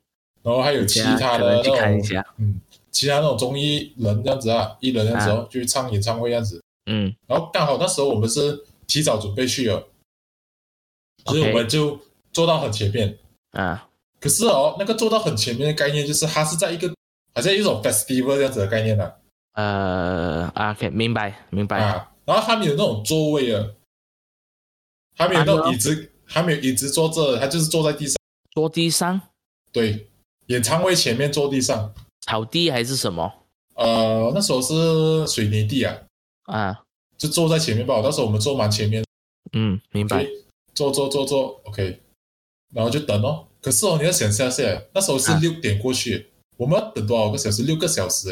然后还有等一其下他可的能去那看一种，下。嗯，其他那种综艺人这样子啊，艺人这样子哦，就唱演唱会这样子。嗯然后刚好那时候我们是提早准备去了，所以 OK 我们就坐到很前面。啊可是哦，那个坐到很前面的概念就是它是在一个好像一种 festival 这样子的概念啊，呃啊 OK，明白明白。啊，然后他们有那种座位啊，他们有那啊种椅子，他们有椅子坐着，他就是坐在地上。坐地上、对，演唱会前面坐地上，草地还是什么呃，那时候是水泥地啊，啊？就坐在前面吧。那时候我们坐蛮前面，嗯，明所白以。坐坐坐坐，OK，然后就等哦。可是哦，你要想象一下，那时候是啊六点过去，我们要等多少个小时？六个小时，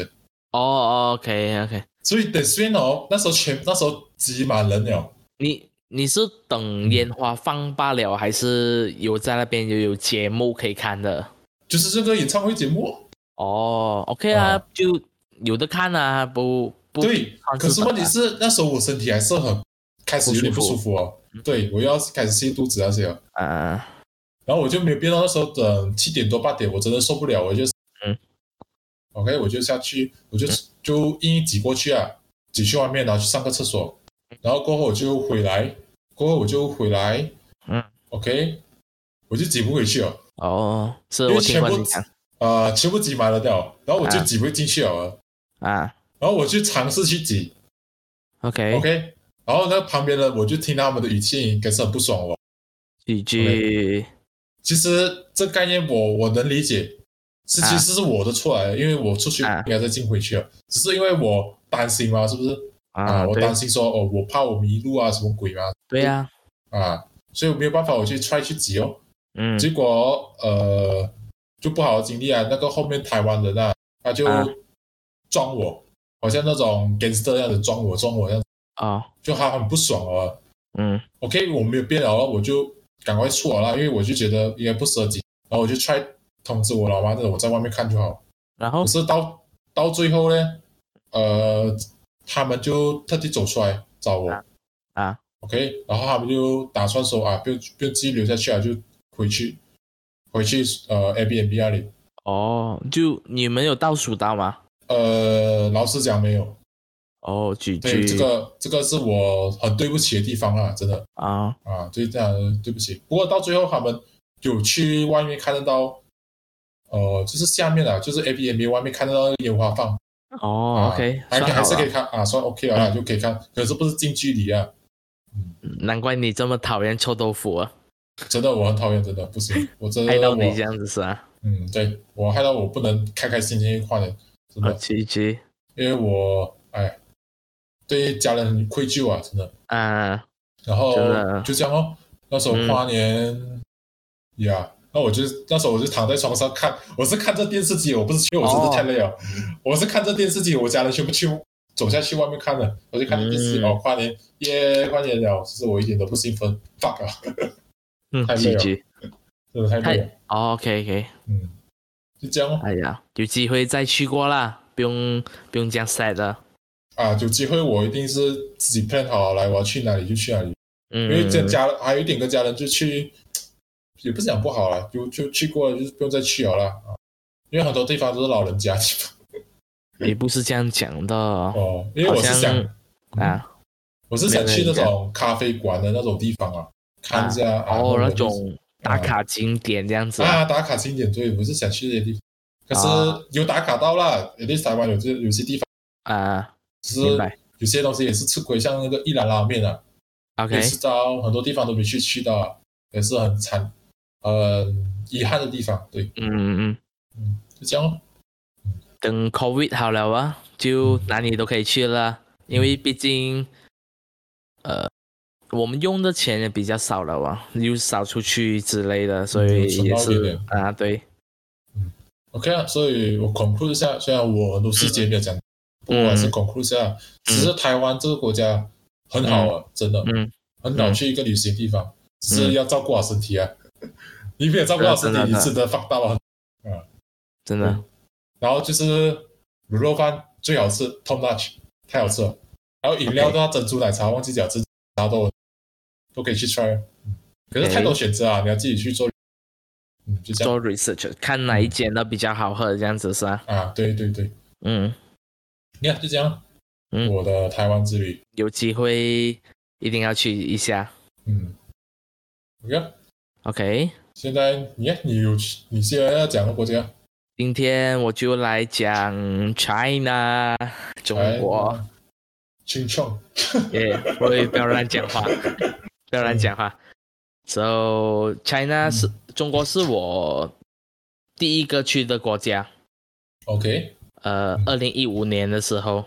哦哦 OK OK，所以等虽然哦，那时候全那时候挤满人了，你你是等烟花放罢了，还是有在那边有有节目可以看的？就是这个演唱会节目哦。哦，OK 啊，就有的看啊，不不对，可是问题，是那时候我身体还是很开始有点不舒服哦，对我要开始泻肚子那些哦。呃，然后我就没有变到那时候等七点多八点，我真的受不了，我就嗯，OK，我就下去，我就就硬挤过去啊，挤去外面，然后去上个厕所，然后过后我就回来，过后我就回来，嗯，OK，我就挤不回去了，哦，是因为我听全过部你讲呃全部挤满了掉，然后我就啊挤不进去了，哦啊然后我就尝试去挤，OK， ，OK，然后那旁边的我就听他们的语气应该是很不爽哦，几句其实这概念我我能理解，是啊其实是我的错来的，因为我出去啊应该再进回去了，只是因为我担心嘛，是不是？啊，我对担心说哦，我怕我迷路啊，什么鬼嘛对呀，啊，所以我没有办法我去 try 去挤哦，嗯结果呃就不好的经历啊，那个后面台湾人啊，他就啊撞我，好像那种 gangster 那样子撞我撞我那样子，哦，就他很不爽哦。嗯 OK，我没有变了，我就赶快出好了啦，因为我就觉得应该不适合自己，然后我就 try 通知我老妈的，我在外面看就好。然后可是到到最后呢，呃，他们就特地走出来找我啊啊 OK，然后他们就打算说啊，不用不用自己留下去啊，就回去回去呃 Airbnb 那里。哦，就你们有倒数到吗？呃，老实讲没有，哦，举对举这个这个是我很对不起的地方啊，真的。啊，啊，对，这样对不起。不过到最后他们有去外面看得到，呃，就是下面啊，就是 A B M B 外面看得到烟花放哦啊，OK，还算还好是可以了，看啊，算 OK 了啦，就可以看。可是不是近距离啊，难怪你这么讨厌臭豆腐啊，真的我很讨厌，真的不行，我真害的到我你这样子是啊，嗯，对我害到我不能开开心心去跨年，真哦，的，举举，因为我哎对家人很愧疚啊，真的。啊，然后真的嗯就这样哦。那时候跨年，呀、那我就那时候我就躺在床上看，我是看着电视机，我不是去，我真哦的太累了，我是看着电视机，我家人全部去走下去外面看了，我就看着电视机、嗯哦，跨年耶，跨年了，其实我一点都不兴奋，fuck 啊，嗯太，累了举举真的太累了，哦，OK OK，嗯，就这样哦，哎呀，有机会再去过啦，不用不用这样 sad 了，啊，有机会我一定是自己 plan 好来，我要去哪里就去哪里，因嗯，为跟家还有一点跟家人就去，也不是讲不好啦，就就去过了，就是不用再去了啦。啊因为很多地方都是老人家的 地方也不是这样讲的哦哦，因为我是好想像，啊，我是想去那种咖啡馆的那种地方啊，看一下啊哦，然那后就是种打卡景点这样子啊，啊打卡景点，对，我是想去这些地方，可啊是有打卡到啦，有些台湾有些有些地方，啊，只明是白有些东西也是吃亏，像那个一兰拉面啊， ，OK，没吃到，很多地方都没去去到啊，也是很惨，呃，遗憾的地方，对，嗯嗯嗯。就这样咯。等 COVID 好了啊，就哪里都可以去了，因为毕竟，呃，我们用的钱也比较少了啊，又少出去之类的，所以存也嗯到一点是点啊，对， OK 啊，所以我 conclude 一下，虽然我很多细节没有嗯讲，不过我还是 conclude 一下。其实台湾这个国家很好啊，真的，嗯，很好去一个旅行地方，只是要照顾好身体啊。 你没有照顾好身体，啊真的真你真的的放大了。真的嗯然后就是卤肉饭最好吃，top notch，太好吃了。然后饮料的话，珍珠奶茶忘记讲，珍珠奶茶都都可以去 try 啊。嗯可是 OK 太多选择啊，你要自己去做。嗯，就这样做 research 看哪一间的比较好喝，这样子是吧？啊，对对对，嗯，你看就这样，嗯我的台湾之旅。有机会一定要去一下。嗯，OK， OK，现在你看你有你现在要讲的国家，今天我就来讲 China 中国。哎，青创， 耶，我也不要乱 讲话，不要乱讲话。So 嗯 China 是、中国是我第一个去的国家。 OK，嗯呃，二零一五年的时候，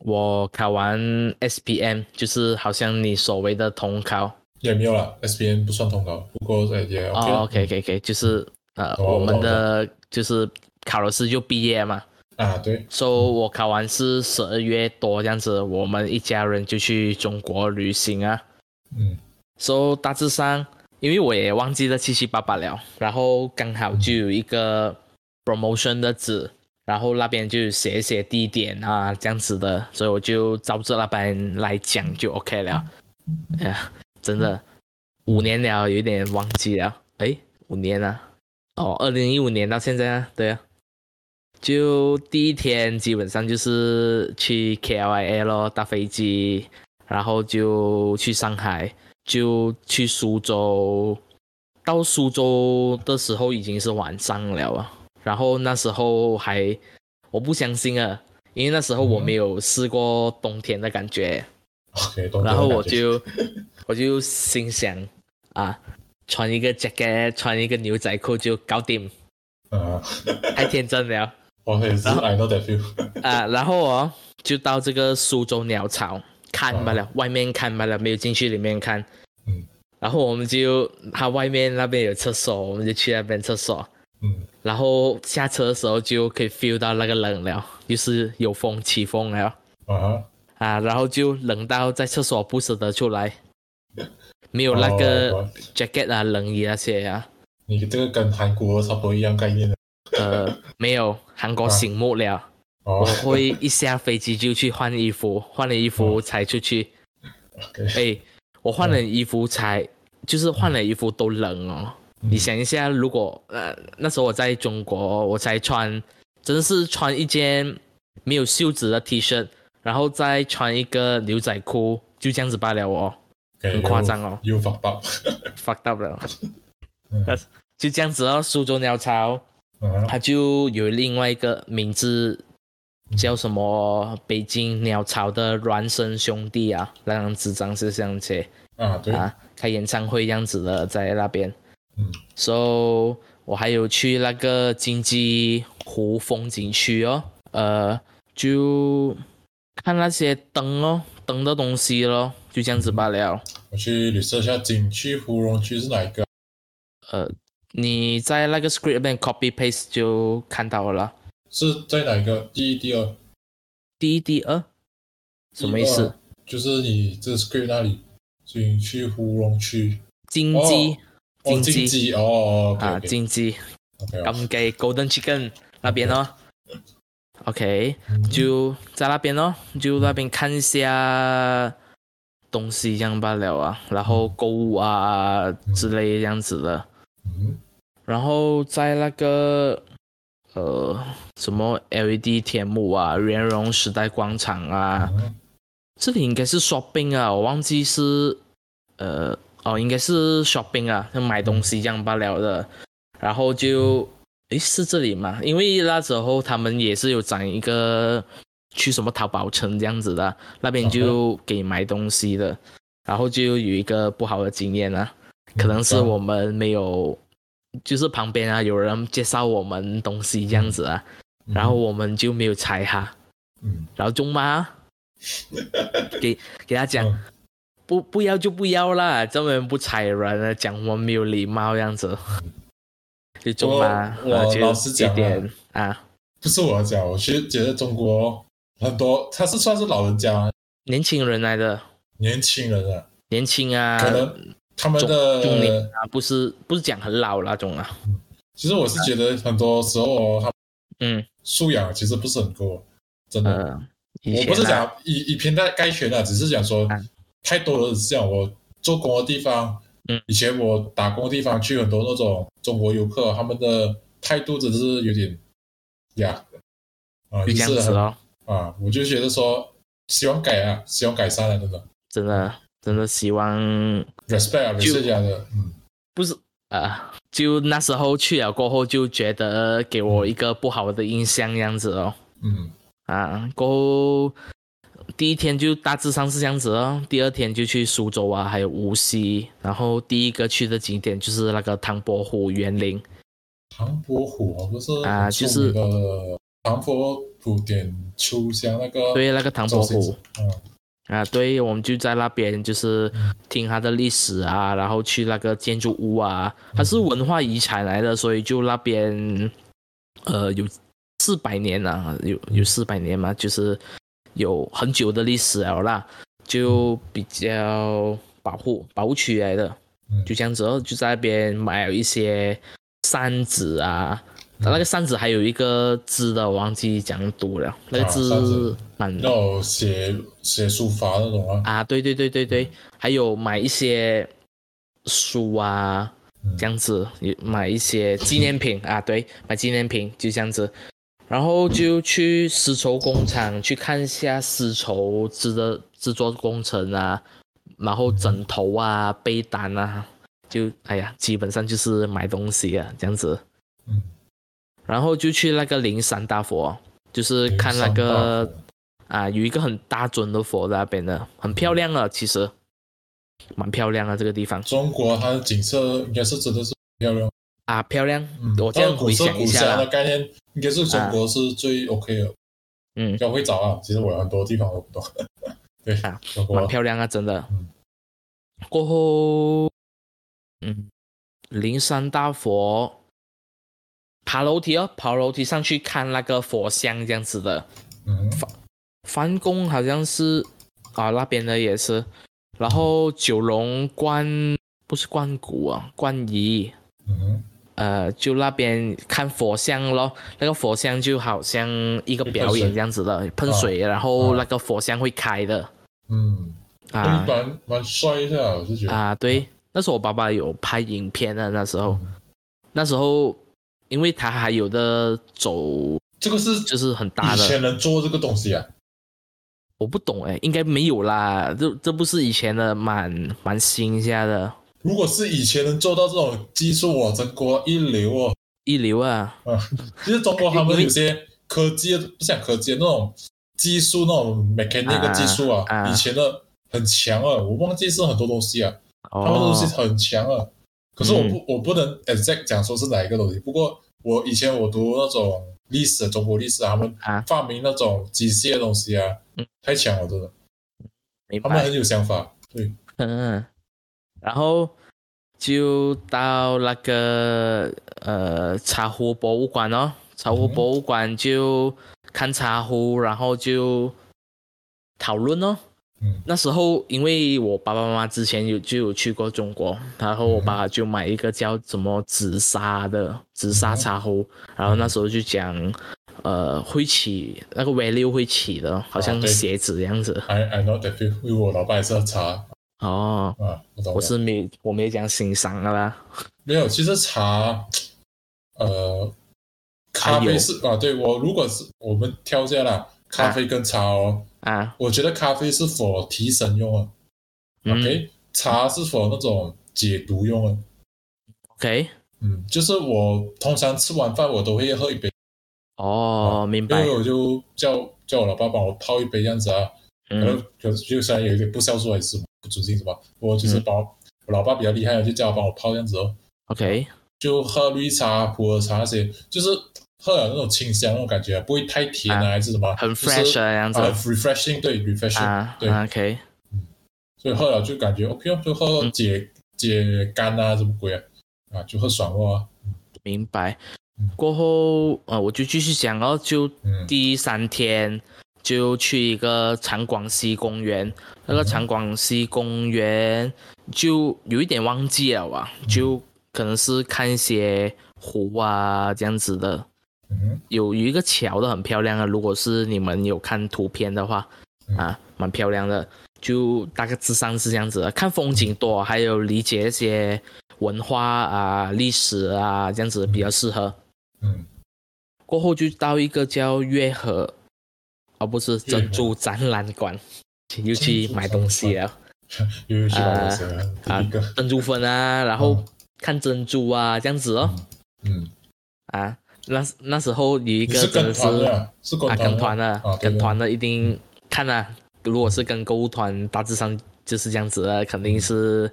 我考完 SPM，就是好像你所谓的统考。也没有了，SBN 不算通告，不过哎也 OK 哦啦，OK OK OK，就是呃，懂了我们懂了的就是考了试就毕业嘛。啊，对， So 我考完试十二月多这样子，我们一家人就去中国旅行啊。嗯 So 大致上，因为我也忘记了七七八八了，然后刚好就有一个 promotion 的纸，然后那边就写一写地点啊这样子的，所以我就照着那边来讲就 OK 了。哎呀，真的五年了，有点忘记了。诶，五年了，哦，二零一五年到现在啊，对啊。就第一天基本上就是去 KLIA 咯，搭飞机，然后就去上海，就去苏州。到苏州的时候已经是晚上了啊，然后那时候还我不相信啊，因为那时候我没有试过冬天的感觉， ，OK，懂。 然后懂我感觉就我就心想啊，穿一个 jacket，穿一个牛仔裤就 搞定，啊，太天真了我也是 I know that feel，啊！然后哦，就到这个苏州鸟巢看罢了，外面看罢了，没有进去里面看。哦嗯然后我们就，它外面那边有厕所，我们就去那边厕所。 嗯然后下车的时候就可以 feel 到那个冷了，就是有风起风了啊哈，啊，然后就冷到在厕所不舍得出来，没有那哦个 jacket 啊、冷衣那些啊，你这个跟韩国差不多一样概念的呃，没有，韩国醒目了，哦我。会一下飞机就去换衣服，换了衣服才出去， OK，哎，我换了衣服才，就是换了衣服都冷哦。你想一下，如果呃那时候我在中国，我才穿，真的是穿一件没有袖子的 T 恤，然后再穿一个牛仔裤，就这样子罢了哦， OK，很夸张哦又又放大， ，fucked up 了嗯。 就这样子哦，苏州鸟巢， 啊它就有另外一个名字叫什么“北京鸟巢”的孪生兄弟啊，那样子长是这样子。啊，对，啊，开演唱会样子的在那边。嗯，so 我还有去那个金鸡湖风景区哦，呃，就看那些灯哦，灯的东西咯，就这样子罢了。我去捋色一下景区芙蓉区是哪一个？呃，你在那个 script 那边 copy paste 就看到了啦。是在哪一个？第一、第二？第一、第二，什么意第思二？？就是你这 script 那里景区芙蓉区，金鸡，哦，金金鸡鸡哦，啊，金金鸡， ，OK，哦咁给 Golden Chicken 那边哦。OK。嗯就在那边咯，就那边看一下东西这样罢了啊，然后购物啊之类这样子的，嗯然后在那个呃什么 LED 天幕啊、圆融时代广场啊，嗯这里应该是 shopping 啊，我忘记是呃哦应该是 shopping 啊，就买东西这样罢了的，然后就。诶，是这里吗？因为那时候他们也是有展一个去什么淘宝城这样子的，那边就给买东西的，然后就有一个不好的经验啊，可能是我们没有，就是旁边啊有人介绍我们东西这样子啊，嗯然后我们就没有踩哈，嗯，然后中妈给给他讲嗯不不要就不要啦，这边不踩人啊，讲我们没有礼貌这样子，就中妈，我然后我就老实讲啊一点啊。不是我讲，我其实觉得中国很多，他是算是老人家、年轻人来的，年轻人啊，年轻啊，可能呃他们中年的，啊，不是不是讲很老那种啊，其实我是觉得很多时候哦，他们嗯素养其实不是很够，真的。呃，我以前、啊、不是讲以以偏概概全的，只是讲说、啊太多人是这样。我做工的地方，嗯以前我打工的地方去很多那种中国游客，他们的态度真的是有点呀，啊，就就这样是子很咯，啊，我就觉得说希望改啊，希望改善啊，真的真的真的希望 respect 啊，也就是这样的，嗯不是啊、呃，就那时候去了过后就觉得给我一个不好的印象这样子哦，嗯啊，过后第一天就大致上是这样子哦，第二天就去苏州啊，还有无锡，然后第一个去的景点就是那个唐伯虎园林，唐伯虎啊不是啊很出就是名的唐伯虎点秋香那个对，那个唐周伯星虎驰，。嗯啊，对，我们就在那边，就是听它的历史啊，然后去那个建筑物啊，它是文化遗产来的，所以就那边，呃，有四百年了、有有四百年嘛，就是有很久的历史了啦，就比较保护保护区来的，嗯就这样子哦，就在那边买了一些扇子啊，那个扇子还有一个字的，我忘记讲读了，那个啊扇字子蛮那种写写书法那种啊，啊，对对对对嗯对，还有买一些书啊，嗯这样子，也买一些纪念品啊，对，买纪念品就这样子，然后就去丝绸工厂去看一下丝绸织的制作工程啊，然嗯后枕头啊、被单啊，就哎呀，基本上就是买东西啊，这样子，嗯，然后就去那个灵山大佛，就是看那啊嗯个啊，有一个很大尊的佛在那边的，很漂亮了。其实蛮漂亮的这个地方中国它的景色应该是真的是漂亮，啊，漂亮。嗯，我这样但古回色想古一下香的啦，概念应该是中国是最 OK 的，嗯比，较会找啊。其实我有很多地方我不懂， 对啊，中国蛮漂亮啊，真的嗯。过后，嗯，灵山大佛，爬楼梯哦，爬楼梯上去看那个佛像这样子的。嗯，梵宫好像是啊那边的也是，然后九龙观不是观谷啊，观颐，嗯，呃，就那边看佛像咯，那个佛像就好像一个表演这样子的，喷水，然后那个佛像会开的嗯，啊嗯蛮蛮帅一下，我是觉得，啊，哦对，那时候我爸爸有拍影片的，那时候嗯那时候因为他还有的走这个是就是很大以的，前人做这个东西啊，我不懂哎，应该没有啦，这这不是以前的蛮蛮新一下的如果是以前能做到这种技术，哇，中国一流哦。一流啊，啊，其实中国他因们为有些科技，不像科技那种技术，那种 mechanic 啊技术啊，啊以前的很强啊，我忘记是很多东西啊，他们哦东西很强啊。可是嗯我不，我不能 exact 讲说是哪一个东西。不过我以前我读那种历史，中国历史啊，他们啊，发明那种机械的东西啊嗯，太强了，真的，明他们白，很有想法。对，嗯，然后就到那个呃茶壶博物馆哦，茶壶博物馆就看茶壶，然后就讨论哦。嗯那时候因为我爸爸妈妈之前有就有去过中国，然后我嗯爸爸就买一个叫什么紫砂的紫砂茶壶，然后那时候就讲。呃，会起那个 value 会起的，好像哦对鞋子这样子。 I I know that feel，因为我老爸也是喝茶哦，啊，我懂。我是没我没有讲欣赏的啦。没有，其实茶，呃，咖啡是啊，对我如果是我们挑一下啦，咖啡跟茶哦，啊，我觉得咖啡是否提神用啊、嗯 o k 茶是否那种解毒用啊， ，OK，嗯，就是我通常吃完饭我都会喝一杯，哦，明因白为，我就叫叫我老爸帮我泡一杯这样子啊，可能嗯，可能就虽然有一点不孝顺还是不尊敬什么，我就是帮我,、我老爸比较厉害，就叫他帮我泡这样子哦， ，OK，就喝绿茶、普洱茶那些，就是喝了那种清香那种感觉，不会太甜啊，啊还是什么，很就是 fresh 啊这样子啊很，refreshing，对，refreshing，、啊对，啊，OK，所以喝了就感觉 OK 哦，就喝解、解干啊，什么鬼啊，啊，就喝爽哦、啊，明白嗯。过后，呃，我就继续讲哦，就嗯第三天就去一个长广西公园，嗯那个长广西公园就有一点忘记了啊，就可能是看一些湖啊这样子的，嗯有有一个桥的很漂亮啊，如果是你们有看图片的话，嗯啊，蛮漂亮的。就大概之上是这样子的，看风景多，还有理解一些文化啊、历史啊这样子比较适合。嗯，过后就到一个叫月河，哦不是月河珍珠展览馆，又去买东西了，嗯 又又去玩游戏了，第啊一个，珍珠粉啊，然后看珍珠啊这样子哦，嗯，啊，那那时候有一你个是真跟的是团的啊，是跟啊，团的跟团的啊，，对跟团的一定看啊。如果是跟购物团，大致上就是这样子了，肯定是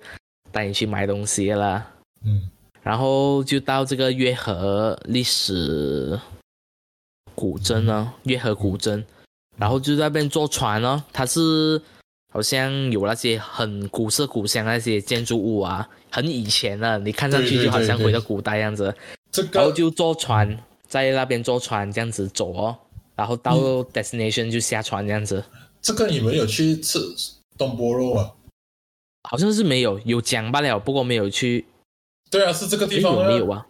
带你去买东西啦。嗯然后就到这个月河历史古镇呢，嗯月河古镇，然后就在那边坐船哦，它是好像有那些很古色古香的那些建筑物啊，很以前的，你看上对去对就好对像对回到古代样子。这然后个就坐船在那边坐船这样子走哦，然后到嗯 destination 就下船这样子，这个你们有去吃东坡肉啊吗？好像是没有有讲罢了，不过没有去，对啊，是这个地诶方有啊没有啊？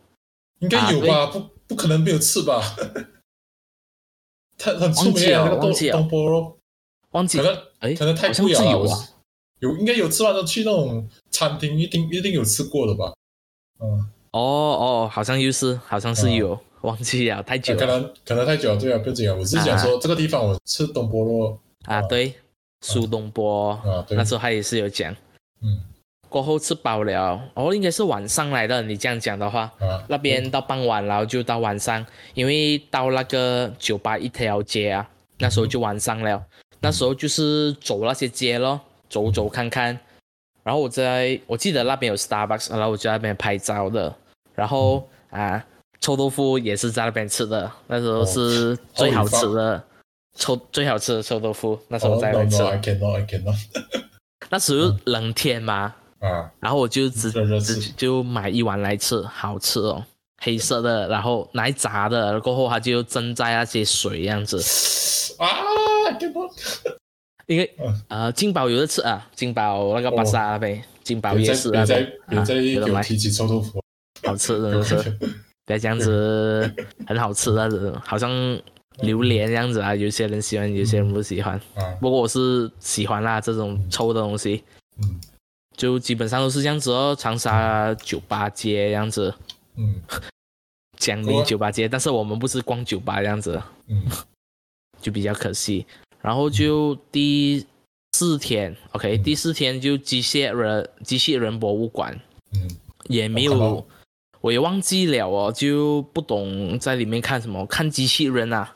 应该有吧？不不可能没有吃吧？ 它很出忘名记啊，了那个东忘记了东坡肉，忘记可能哎，可能太好像贵是了啦。有我啊是，有应该有吃完的去那种餐厅，一定一定有吃过的吧？嗯，哦哦，好像又是好像是有，忘记了太久哦可了能可能太久了，对啊，不要紧啊。我是讲说这个地方我吃东坡肉啊，对，苏东坡啊，哦对那，时候他也是有讲，嗯过后吃饱了，哦，应该是晚上来的，你这样讲的话，啊，那边到傍晚，然后就到晚上，因为到那个酒吧一条街啊，那时候就晚上了。那时候就是走那些街咯，走走看看，然后我在我记得那边有 Starbucks，然后我就在那边拍照的。然后啊，臭豆腐也是在那边吃的，那时候哦是好最有好范吃的臭最好吃的臭豆腐，那时候哦我在那，no 边吃 no 的。 I cannot I cannot 那时候冷天嘛，啊，然后我就直热热直吃就买一碗来吃，好吃哦，黑色的，然后奶炸的，过后它就蒸在那些水样子。啊 I cannot 因为嗯呃，金宝有的吃啊，金宝那个巴萨那边，金宝别夜再市别那再边别啊再有嗯给的我买，提起臭豆腐，啊好吃 真的是，不要这样子，很好吃那种，好像榴莲这样子啊，有些人喜欢，有些人不喜欢。啊，不过我是喜欢啦，这种臭的东西，嗯就基本上都是这样子哦，长沙酒吧街这样子，嗯江好宁啊酒吧街，但是我们不是逛酒吧这样子，嗯就比较可惜。然后就第四天，OK，嗯第四天就机械人机器人博物馆嗯也没我看有到，我也忘记了哦，就不懂在里面看什么，看机器人啊，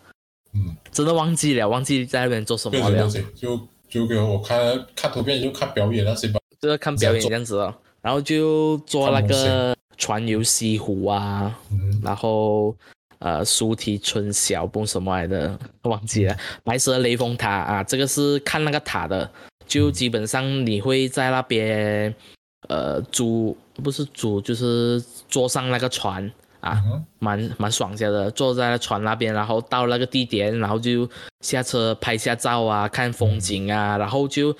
嗯，真的忘记了，忘记在那边做什对么对了，对，就就给我看看图片就看表演那些吧，就是看表演这样子哦。然后就做那看模个船游西湖啊，嗯然后呃，苏堤春晓不懂什么来的，忘记了。白蛇雷峰塔啊，这个是看那个塔的，就基本上你会在那边呃租不是租就是坐上那个船啊，嗯蛮蛮爽些的，坐在船那边，然后到那个地点，然后就下车拍下照啊，看风景啊，然后就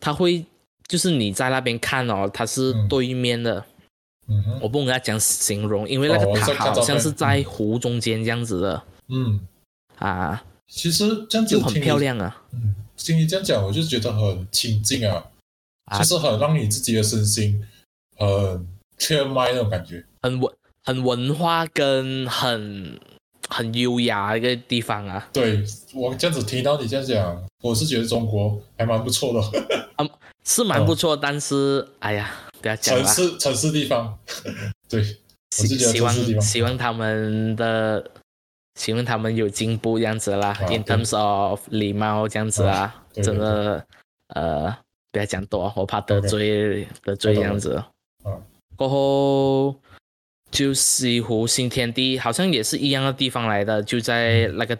他会就是你在那边看哦，它是嗯对面的。嗯哼我不跟他讲形容，因为那哦个我在塔看好照像片是在湖中间这样子的嗯，啊，其实这样子就很听你漂亮啊嗯，听你这样讲，我就觉得很亲近啊，啊就是很让你自己的身心很切麦那种感觉。很文很文化跟很很优雅的一个地方啊。对我这样子听到你这样讲，我是觉得中国还蛮不错的，是哦蛮不错，但是哎呀，不要讲城了。市城市地方， 对，我是希觉得希城市地方望希望他们的，希望他们有进步这样子啦、啊 i n 对啊 terms of 礼貌这样子啦，对对真的呃，不要讲多，我怕得 OK 罪得罪这样子。懂了啊过后就西湖新天地，好像也是一样的地方来的，就在嗯那个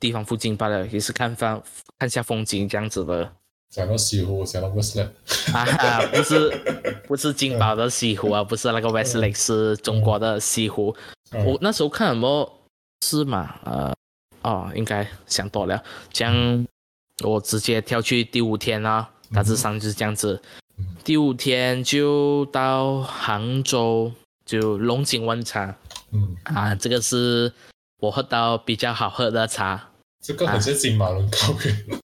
地方附近罢了，也是看风看下风景这样子的。 讲到西湖，我想到 Westland，啊，不是不是金宝的西湖啊，不是那个 West Lake，是中国的西湖。嗯我那时候看什么是嘛？呃，哦，应该想多了。这样我直接跳去第五天啦，大致上就是这样子嗯。第五天就到杭州，就龙井温茶嗯，啊，这个是我喝到比较好喝的茶。这个很像金马伦高啊原，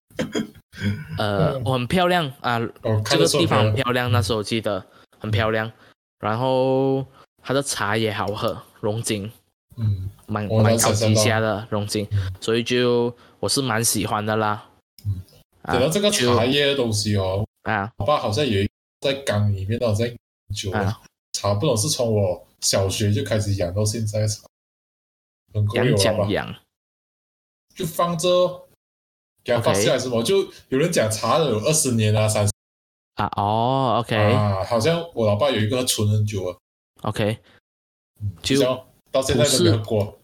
呃，嗯我很漂亮啊，哦，这看个得出地方很来，漂亮，那时候我记得很漂亮。然后它的茶也好喝，龙井嗯蛮我能蛮高想象级一到下的龙井嗯，所以就我是蛮喜欢的啦。嗯，啊讲到这个就茶叶的东西哦，啊我爸好像有一在缸里面，那种在酒的啊茶，不懂是从我小学就开始养到现在的茶，很够养有了讲吧？养就放着哦给它 OK 放下来什么就有人讲茶的有二十年啊、三十啊哦，OK 啊，好像我老爸有一个存很久了， OK，嗯就这样到现在都没有喝过，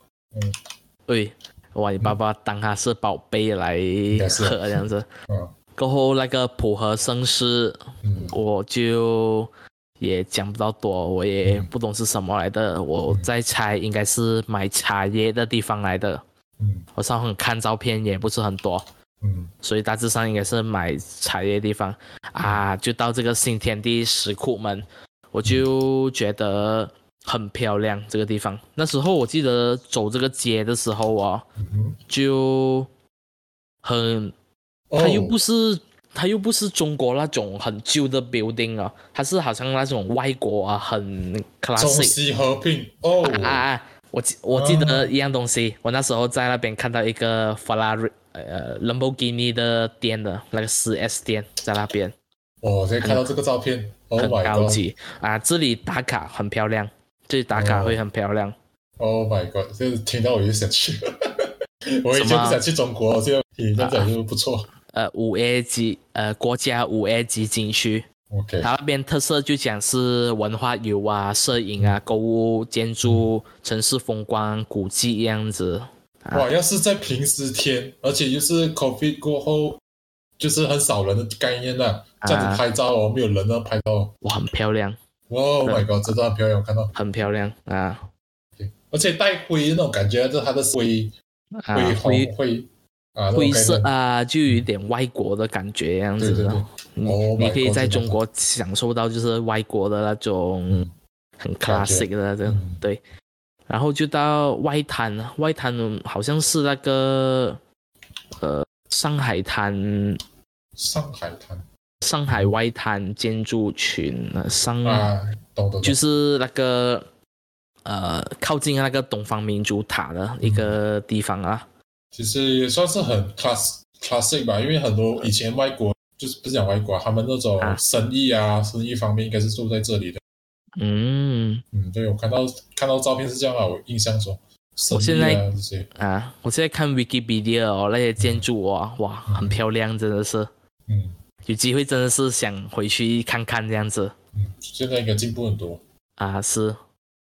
对，哇，你爸爸当他是宝贝来该是喝这样子。嗯过后那个普和盛世嗯我就也讲不到多，我也嗯不懂是什么来的，我在猜应该是买茶叶的地方来的。嗯我上网看照片也不是很多，嗯所以大致上应该是买茶叶的地方啊。就到这个新天地石库门，我就觉得很漂亮这个地方。那时候我记得走这个街的时候哦，嗯哼，就很哦它又不是它又不是中国那种很旧的 building 啊，它是好像那种外国啊，很中 classic 西合并哦， 啊啊啊！我记我记得一样东西，我那时候在那边看到一个法拉瑞呃 Lamborghini 的店的那个4 S 店在那边，我现在看到这个照片，Oh 很 my 高 God，Oh 级啊，这里打卡很漂亮，这里打卡哦会很漂亮。 my God，就是听到我就想去，我以前什么不想去中国，现在听你这样讲就不错，呃，五 A 级呃国家五 A 级景区 OK，它那边特色就讲是文化游啊、摄影嗯啊、购物、建筑、城市风光、古迹这样子。哇，要是在平时天，而且又是 COVID 过后，就是很少人的概念呐、这样啊子拍照哦，没有人要拍到，哇，很漂亮，哇、oh、，My God，真的很漂亮，我看到，很漂亮啊而且带灰那种感觉，就是它的灰啊灰，灰红灰啊，那种灰概色念啊，就有一点外国的感觉这样对子对的。对，你、 Oh 你 my 可以 God，在真的中国享受到就是外国的那种嗯很感觉 classic 的那种、嗯对，然后就到外滩，外滩好像是那个呃上海滩上海滩上海外滩建筑群呃上、啊，懂懂懂，就是那个呃靠近那个东方明珠塔的一个地方啊。其实也算是很 class classic 吧，因为很多以前外国就是不是讲外国啊，他们那种啊生意啊，生意方面应该是住在这里的。嗯嗯，对，我看到看到照片是这样啊，我印象中，生我现意在啊这些，啊，我现在看 Wikipedia 哦，那些建筑哦，哇，很漂亮，真的是。嗯有机会真的是想回去看看这样子嗯，现在应该进步很多。啊，是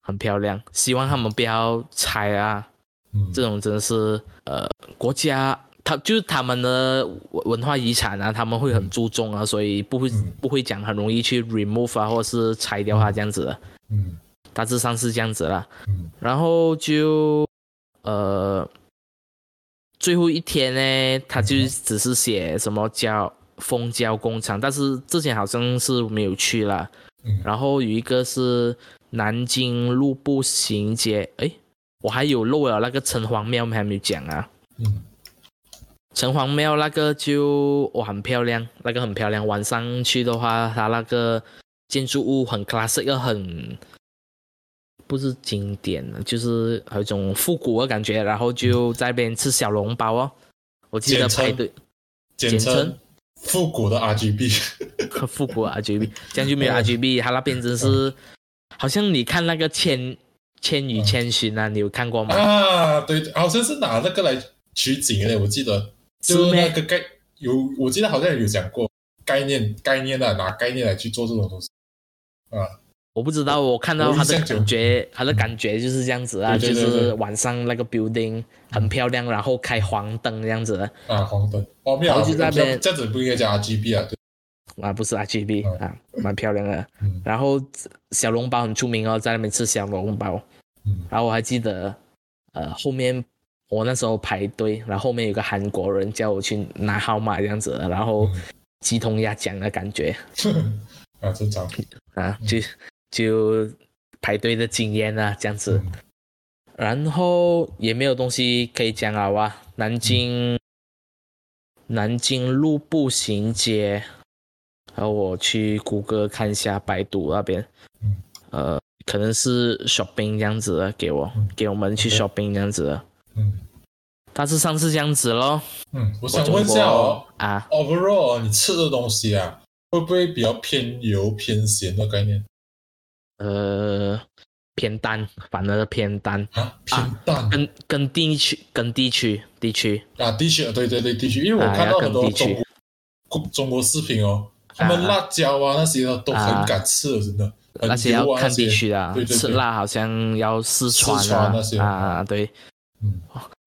很漂亮。希望他们不要拆啊，嗯，这种真的是呃国家。他就是他们的文文化遗产啊，他们会很注重啊，所以不会嗯不会讲很容易去 remove 啊，或者是拆掉它这样子的，嗯大致上是这样子啦。嗯然后就呃最后一天呢，他就只是写什么叫蜂胶工厂，但是之前好像是没有去啦。嗯然后有一个是南京路步行街，诶，我还有漏了那个城隍庙还没有讲啊。嗯城隍庙那个就哇很漂亮，那个很漂亮。晚上去的话，它那个建筑物很 classic，又很不是经典，就是有一种复古的感觉。然后就在那边吃小笼包哦，我记得简称排队简简称称复古的 RGB，复古啊 RGB，这样就没有嗯 RGB，它那边真是好像你看那个千千与千寻啊，你有看过 吗？啊，对，好像是拿那个来取景的，我记得就是是那咩个概有，我记得好像有讲过概念概念啊，拿概念来去做这种东西啊，我不知道，我看到我他印的象中感觉，他的感觉就是这样子啊，对对对就对是晚上那个 building 很漂亮，然后开黄灯这样子的啊，黄灯哦，没有啊，然后就在那这样边这样子不应该叫 RGB 啊，对，啊，不是 RGB 嗯啊，蛮漂亮的嗯。然后小笼包很出名哦，在那边吃小笼包。嗯然后我还记得，呃，后面我那时候排队，然后后面有个韩国人叫我去拿号码这样子的，然后嗯鸡同鸭讲的感觉 啊，正常，啊，嗯就就排队的经验啊，这样子。嗯然后也没有东西可以讲了哇。南京，南京路步行街，然后我去谷歌看一下百度那边，嗯呃，可能是 shopping 这样子的，给我、嗯给我们去 OK shopping 这样子的，嗯大致上是这样子咯。嗯，我我想中问一下哦国啊， ，overall 你吃的东西啊，会不会比较偏油偏咸的概念呃，偏单，反而偏单，啊？偏淡跟跟地区跟地区地区啊，地区，对对对，地区，因为我啊看到要跟很多地区中国中国视频哦，他们啊辣椒啊那些的都很敢吃的，真的，很那些油要啊看那地些，区的啊对，对对吃辣好像要四川啊四川那些啊，对，嗯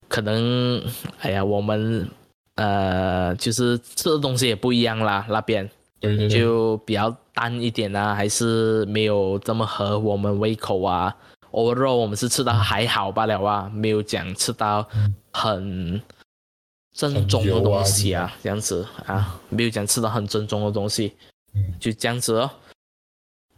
可能哎呀，我们呃就是吃的东西也不一样啦，那边对对对，就比较淡一点啊，还是没有这么合我们胃口啊。overall 我们是吃到还好罢了啊，没有讲吃到嗯很正很宗油的啊东西啊，这样子啊，没有讲吃到很正宗的东西，嗯，就这样子哦。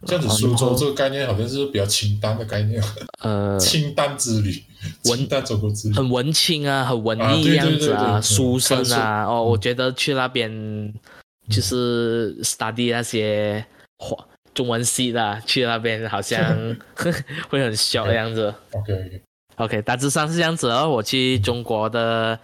这样子然苏州后这个概念好像是比较清淡的概念，呃，清淡之旅，文清淡中国之旅，很文青啊，很文啊对艺对样子对对对啊，嗯书生啊。哦，嗯我觉得去那边就是 study 那些华中文系的啊，去那边好像 会很小的样子。 OK OK， OK，大致上是这样子哦。我去中国的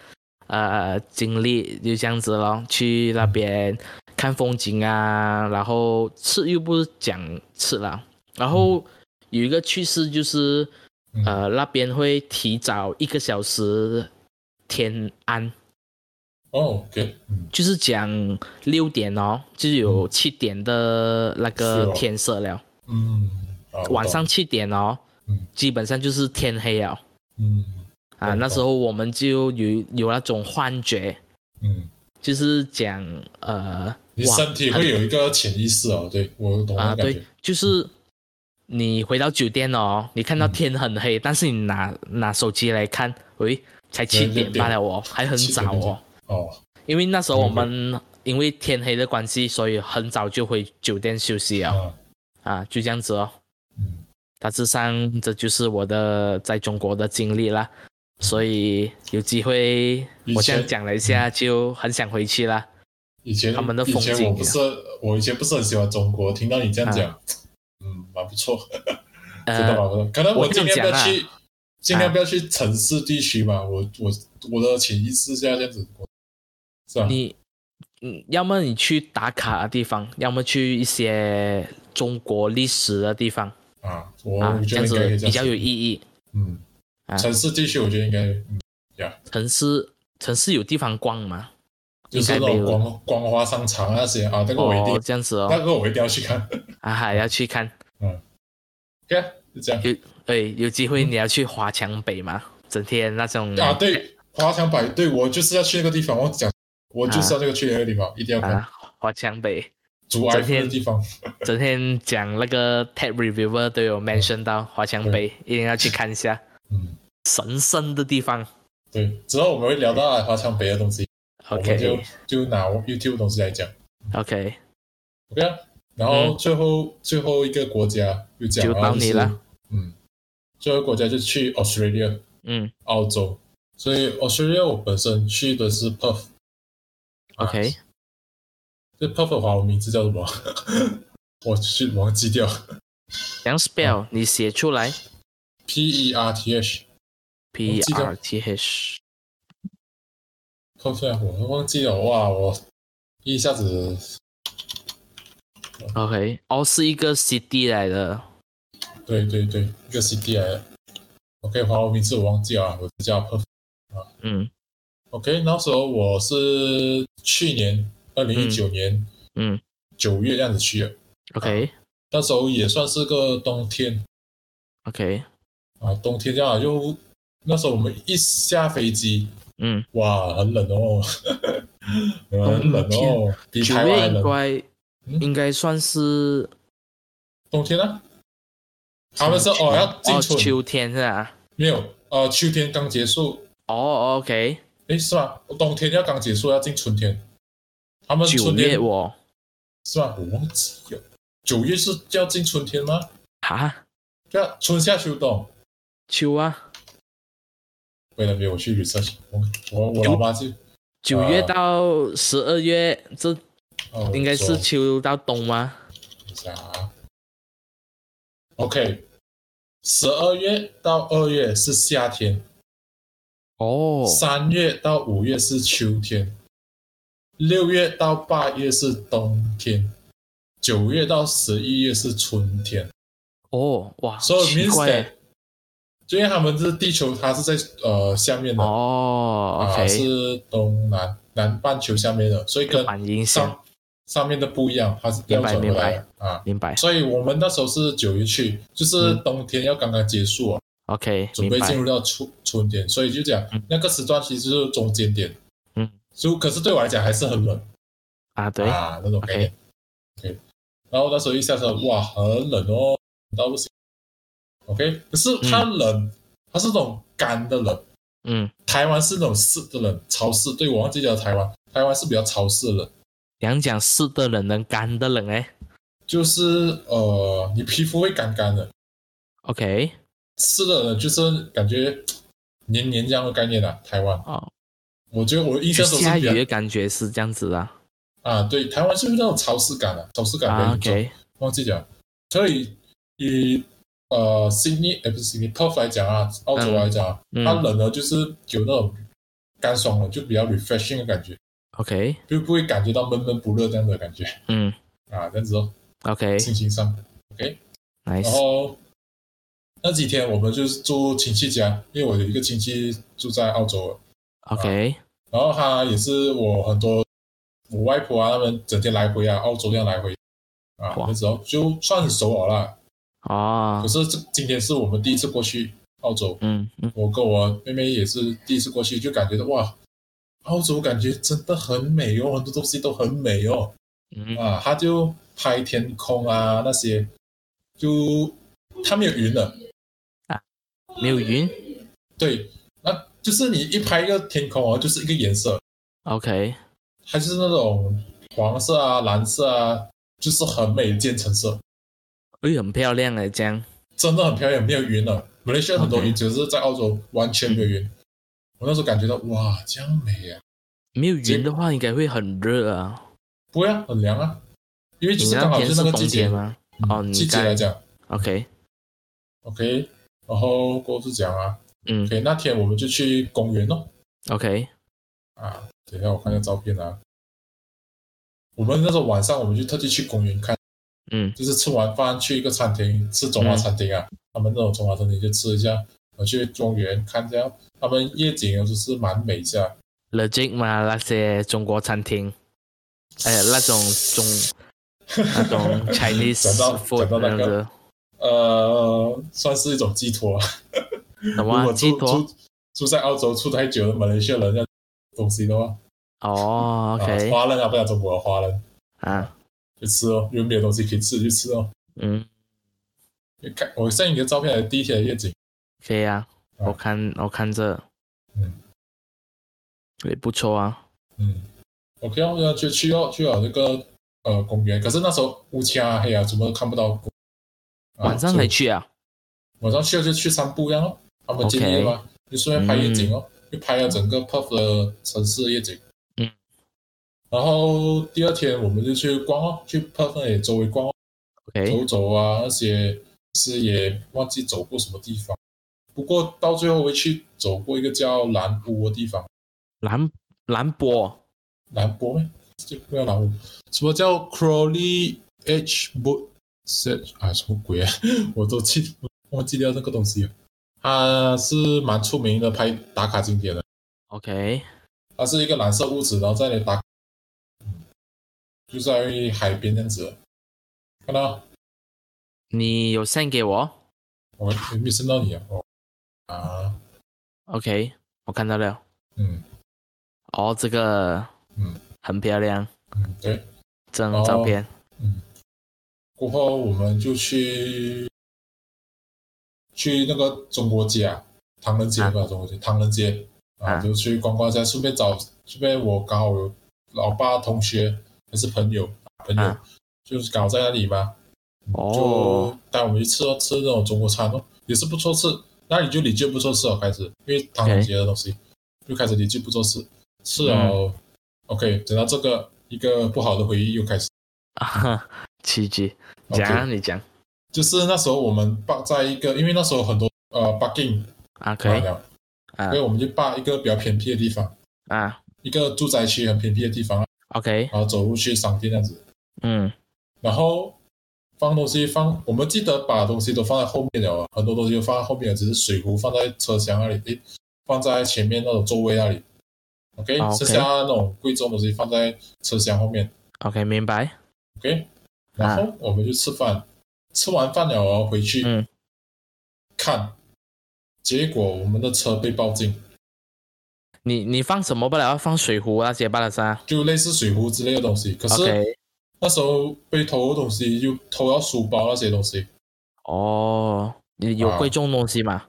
呃经历就这样子咯，去那边看风景啊，然后吃又不是讲吃啦，然后有一个趣事就是，嗯呃，那边会提早一个小时天安，哦，OK，嗯，就是讲六点哦，就有七点的那个是哦天色了，嗯，啊我懂晚上七点哦嗯，基本上就是天黑了嗯啊。懂那时候我们就有有那种幻觉，嗯，就是讲呃，你哇身体会有一个潜意识哦，对我懂啊，那感对觉，，就是你回到酒店哦，你看到天很嗯黑，但是你拿拿手机来看，喂，才七对点六点罢了哦，还很7点早哦。哦，因为那时候我们因为天黑的关系，所以很早就回酒店休息了啊，啊，就这样子哦。嗯，大致上这就是我的在中国的经历啦，所以有机会以我这样前讲了一下，就很想回去啦。以前他们的以风前景啊我不呀是我以前不是很喜欢中国，听到你这样讲，嗯，蛮不错，真的啊蛮呃，不错。可能我尽量这不样要讲啊啊去，尽量不要去城市地区吧。我我我的潜意识下这样子，是吧？你嗯，要么你去打卡的地方，要么去一些中国历史的地方啊，我啊我，这觉样得应该可以这子比较样有子。意义。嗯啊，城市地区我觉得应该，嗯，城市城市有地方逛嘛？就是应那该没有种光光花商场啊那些啊，那个我一哦定，，这样子哦，那个我一定要去看。啊哈，要去看。 对啊，就这样有诶，哎有机会你要去华强北嘛？整天那种啊，对，华强百，对我就是要去那个地方，我讲，我就是要那个去那个地方，一定要看啊，华强北，阻碍整天的地方。整天讲那个 Ted Reviewer 都有 mention 到华强北，一定要去看一下嗯，神圣的地方。对，之后我们会聊到华强北的东西，我们就 OK 就拿 YouTube 的东西来讲 OK， ，OK 啊。然后最后最后一个国家就讲，嗯就到你了然后就是。嗯，最后一个国家就去 Australia。嗯澳洲，所以 Australia 我本身去的是 Perth。 ，OK，啊这 Perth 的华文名字叫什么？ 我去忘记掉。讲啊 spell 你写出来 P E R T H P 我记 E 得 R T H。 Perth，啊我都忘记了哇！我一下子 OK，哦，是一个 CD 来的。对对对，一个 city 来的。OK，华文名字我忘记了，我只叫 Perth。嗯 OK，那时候我是去年二零一九年嗯九月这样子去的， ，OK 那时候也算是个冬天， OK，啊，冬天这样啊就那时候我们一下飞机，嗯，哇，很冷哦， 很冷冬天哦，比九台湾还月应冷。该嗯应该算是冬天啊，他们是哦要进哦春，秋天啊是吧？没有呃秋天刚结束，哦，OK，诶是吧？冬天要刚结束要进春天，他们九春月天我是吧？我忘记了，九月是要进春天吗？哈对啊，春夏秋冬。秋啊，为了没有去 research，我我我老妈就九月到十二月这哦应该说是秋到冬吗？等一下啊，OK，十二月到二月是夏天，哦三、月到五月是秋天，六月到八月是冬天，九月到十一月是春天。哦，哇，所、so、以奇 means 怪 that，耶就因为他们是地球，它是在呃下面的，哦啊、 ，OK，是东南南半球下面的，所以跟反影响，上上面的不一样，它是调明白转回明来白嗯的啊。明白所以我们那时候是九月去，就是冬天要刚刚结束、哦， ？OK，准明备白进，入到春春天，所以就讲、嗯那个时段其实就是中间点。嗯，就可是对我来讲还是很冷啊，对，啊那种概念。OK，然后那时候一下车，哇，很冷哦，冷到不行。OK，可是它冷，它是那种干的冷，嗯，台湾是那种湿的冷，潮湿。对我忘记了台湾，台湾是比较潮湿的冷，讲讲湿的冷跟干的冷哎就是呃，你皮肤会干干的。 ，OK，吃的就是感觉黏黏这样的概念啊。台湾，哦，我觉得我印就象中是下比雨较的感觉是这样子的啊啊，对，台湾是不是那种潮湿感啊？潮湿感啊很严重， ，OK，忘记讲。所以以呃悉尼，哎不是悉尼 p e r t 来讲啊，澳洲来讲、啊，嗯它冷呢就是有那种干爽了，就比较 refreshing 的感觉， ，OK，就不会感觉到闷闷不乐这样的感觉嗯啊，这样子哦，心情上。然，OK，nice，后那几天我们就是住亲戚家，因为我有一个亲戚住在澳洲了。 OK，然后他也是我很多我外婆啊，他们整天来回啊，澳洲这样来回啊，哇那时候就算很熟了啦。哦啊可，是这今天是我们第一次过去澳洲，嗯嗯，我跟我妹妹也是第一次过去，就感觉到哇，澳洲感觉真的很美哦，很多东西都很美哦。嗯啊，他就拍天空啊那些，就他没有云了，没有云对，那就是你一拍一个天空哦，就是一个颜色， ，OK，它就是那种黄色啊、蓝色啊，就是很美渐层色，哎，很漂亮诶，这样，真的很漂亮，没有云了。马来西亚很多 OK 云，只是在澳洲完全没有云。我那时候感觉到哇，这样美啊呀、没有这云的话应该会很热啊。不会啊，很凉啊，因为就你是刚好天就是那是个冬季节嗯天？吗哦你季节在来讲？OK， ，OK。然后过是讲啊嗯，OK，那天我们就去公园咯。 ，OK，啊，等一下我看一下照片啊。我们那时候晚上我们就特地去公园看，嗯就是吃完饭去一个餐厅吃中华餐厅啊，他们那种中华餐厅就吃一下，我去公园看一下，他们夜景就是蛮美一啊下。 ，legit 嘛，那些中国餐厅，哎，那种中那 种 Chinese 讲到 food 讲到那那样个子，呃，算是一种寄托啊。什如么啊果鸡住托？住住在澳洲住太久的马来西亚人那东西的话，啊、哦，OK，华人啊，不讲中国的华人啊，就吃哦，因为没有东西可以吃就吃哦。嗯，你看我上一个照片来第一天的夜景，可以啊，啊我看我看这嗯，也不错啊，嗯，OK 啊，要去去到去到那个呃公园，可是那时候乌漆啊黑啊，怎么都看不到公。啊晚上就才去啊，晚上去了就去散步一样哦，他们 OK 建议的嘛，就顺便拍夜景哦，就拍了整个 Perth 的城市的夜景。嗯，然后第二天我们就去逛哦，去 Perth 那里周围逛哦， ，OK，走走啊那些，是也忘记走过什么地方。不过到最后会去走过一个叫蓝波的地方，兰兰博蓝波咩？这不叫蓝波，什么叫 Crowley H Boot Set 啊？什么鬼啊？ 我都记忘记掉那个东西了。它是蛮出名的拍打卡景点的， ，OK，它是一个蓝色屋子，然后在那里打，嗯就在海边这样子的。看到吗你有 send 给我我有没有伸到你啊？哦，啊， ？OK，我看到了，嗯哦，这个嗯很漂亮，嗯，对。这哦张照片，过后我们就去去那个中国街啊，唐人街啊吧，中国街，唐人街啊，啊就去逛逛一下，顺便找，顺便我刚好有老爸同学还是朋友，朋友、啊就是刚好在那里嘛，哦 就带我们去吃哦，吃那种中国餐哦，也是不错吃。那里就你就不错吃了，开始，因为唐人街的东西就开始你就不错吃，吃了、OK，等到这个一个不好的回忆又开始。啊，奇迹，讲啊你讲就是那时候我们霸在一个，因为那时候很多呃 bugging 啊，可来以了，啊所以我们就霸一个比较偏僻的地方，啊一个住宅区很偏僻的地方， ，OK，然后走路去商店这样子，嗯然后放东西放，我们记得把东西都放在后面了啊，很多东西都放在后面了，只是水壶放在车厢那里，诶，放在前面那种座位那里，OK，啊，OK 剩下那种贵重的东西放在车厢后面，OK，明白， ，OK，然后我们就吃饭，吃完饭了哦，回去，嗯看，结果我们的车被报警，你你放什么不了？放水壶那些罢了噻就类似水壶之类的东西。可是，OK，那时候被偷的东西，就偷到书包那些东西，哦，你有啊贵重东西吗？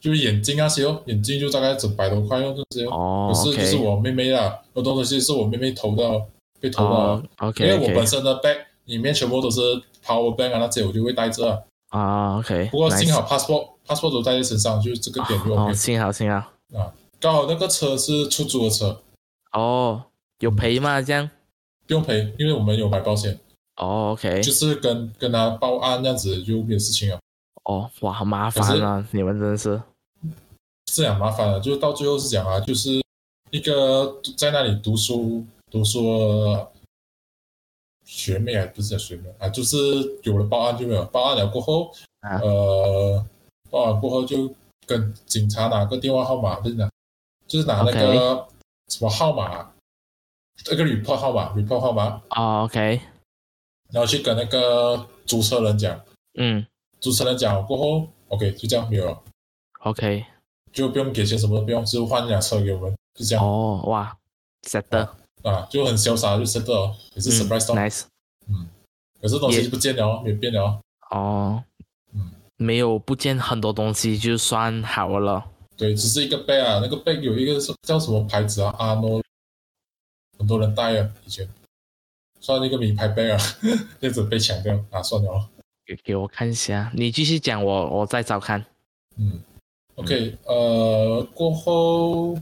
就是眼镜那些哦，眼镜就大概整百多块哦，这些哦。哦可是就是，OK，我妹妹啦，很多东西是我妹妹偷到，被偷到哦的，因为，OK 我本 OK，身的 bag 里面全部都是 power bank 啊那些，我就会带着啊。啊，OK，不过 nice 幸好 passport passport 都带在身上，就是这个点就哦， OK。幸好幸好，刚好那个车是出租的车，哦，有赔吗？这样？不用赔，因为我们有买保险。哦，OK，就是跟跟他报案这样子就没有事情了，哦，哇，好麻可烦是啊！你们真的是，是很麻烦的。就是到最后是讲啊，就是一个在那里读书读书的学妹啊，不是叫学妹啊，就是有了报案就没有报案了过后，啊呃，报案过后就跟警察拿个电话号码，不是拿，就是拿那 OK 个什么号码、这个 report 号码，report 号码，哦，OK，然后去跟那个主持人讲，嗯主持人讲过后，OK，就这样没有了， ，OK，就不用给钱什么，都不用，就换一辆车给我们，就这样、哦，哇，set 的，啊，就很潇洒，就 set 了，也是嗯 surprise 到， ，nice，可是东西也就不见了哦，没有变了哦，哦嗯，没有不见很多东西就算好了，对，只是一个 bag 啊，那个 bag 有一个是叫什么牌子啊，阿诺，很多人戴啊，以前，算一个名牌 bag 啊， 这样子被抢掉啊，算了哦。给给我看一下，你继续讲，我我再找看。嗯，OK，呃，过后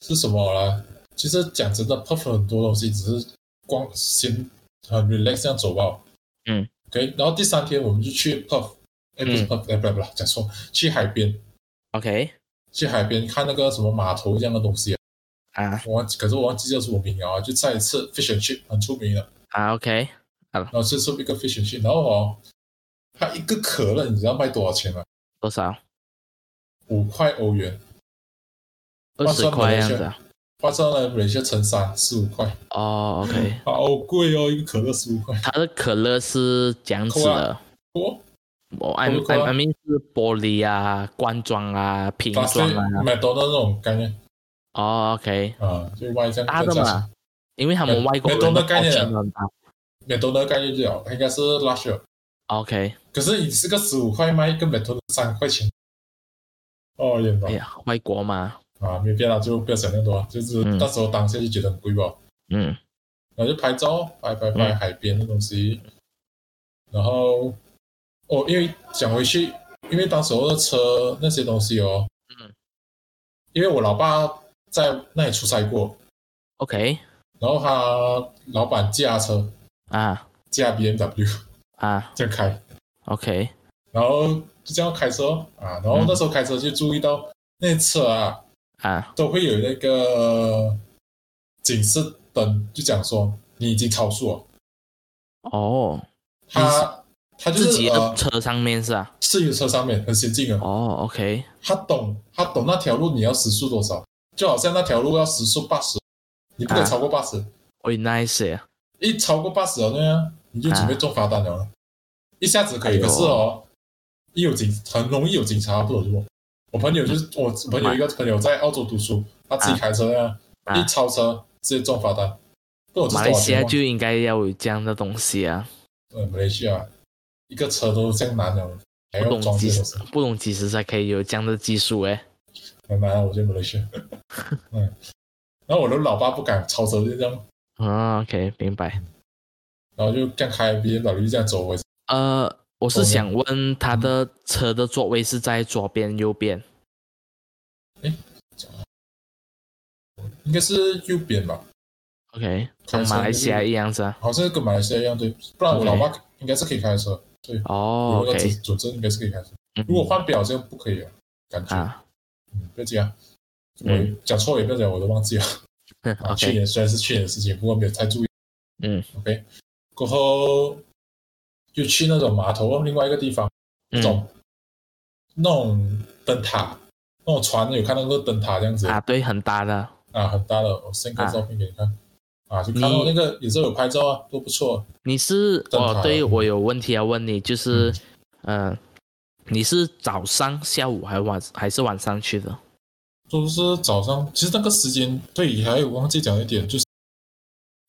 是什么啦？其实讲真的 p e r f 很多东西只是光先很 relax 这样走吧。嗯，OK，然后第三天我们就去 p e r f 哎，不是 p e r f 哎，不不不，讲错，去海边， OK，去海边看那个什么码头这样的东西啊、啊我忘记，可是我忘记叫什么名了啊，就再一次 fish and chip 很出名的，啊，OK，然后吃吃一个 fish and chip，然后哦，它一个可乐你知道卖多少钱吗？多少？五块欧元，二换十算块马来样西亚子啊。换算来美西乘三十五块。哦，OK， 好贵哦，一个可乐十五块。它的可乐是这样子扣的。我我 I 不 I 是说 I mean 是玻璃啊、罐装啊、瓶巴菲装啊。麦当劳那种概念哦，OK，啊，就外这样大这的样嘛，因为他们外国美美人东的嗯概念啊包装很大麦当劳概念就了，应该是 Lush 了。 OK，可是你这个十五块卖一个麦当劳三块钱，哦，天哪哎！呀，外国嘛，啊，没变啦，就不要想那么多，啊就是嗯那时候当下就觉得很贵吧。嗯然后就拍照，拍拍拍嗯海边的东西。然后，哦，因为讲回去，因为当时候的车那些东西哦，嗯，因为我老爸在那里出差过， ，OK，然后他老板驾车啊驾 BMW 啊这样开， ，OK，然后就这样开车哦啊，然后那时候开车就注意到那车啊啊都会有那个警示灯，就讲说你已经超速了，哦，他他就自是己的呃车上面是啊，自由车上面很先进的，哦，OK，他懂他懂那条路你要时速多少，就好像那条路要时速八十，你不可以啊超过八十，喂，nice，耶啊一超过八十了那样，你就准备中罚单了。一下子可以，哎呦可是哦，一有警很容易有警察不懂什么。我朋友嗯就是我朋友一个朋友在澳洲读书，他自己开车那样，啊一超车直接中罚单，不懂是马多来少西亚钱吗？就应该要有这样的东西啊，呃，马来西亚一个车都这样难了，还不要懂装这几种时事，不懂几时才可以有这样的技术诶。很难啊！我觉得马来西亚， 嗯，然后我的老爸不敢超车，就这样，嗯，OK，明白。然后就这样开 B M W 这样走回呃，我是懂了想问他的车的座位是在左边、右嗯边？应该是右边吧， OK，开跟车马来就是西亚一样是吧？好像跟马来西亚一样，对，不然我 OK 老爸应该是可以开车。哦有那个，OK，准准证应该是可以开始。嗯如果换表就不可以了，感觉。啊，嗯，不要这样。我嗯啊讲错了也不要讲，我都忘记了。哼啊 去，OK，年虽然是去年的事情，不过没有太注意。嗯，OK。过后就去那种码头另外一个地方，那嗯，种那种灯塔，那种船有看到那个灯塔这样子啊，对，很搭的。啊，很大的。我 send 个啊照片给你看啊，就看到那你个也是有拍照啊，都不错。你是正哦常，对嗯我有问题要问你，就是，呃，你是早上、下午还晚还是晚上去的？都是早上，其实那个时间，对，还有忘记讲一点，就是，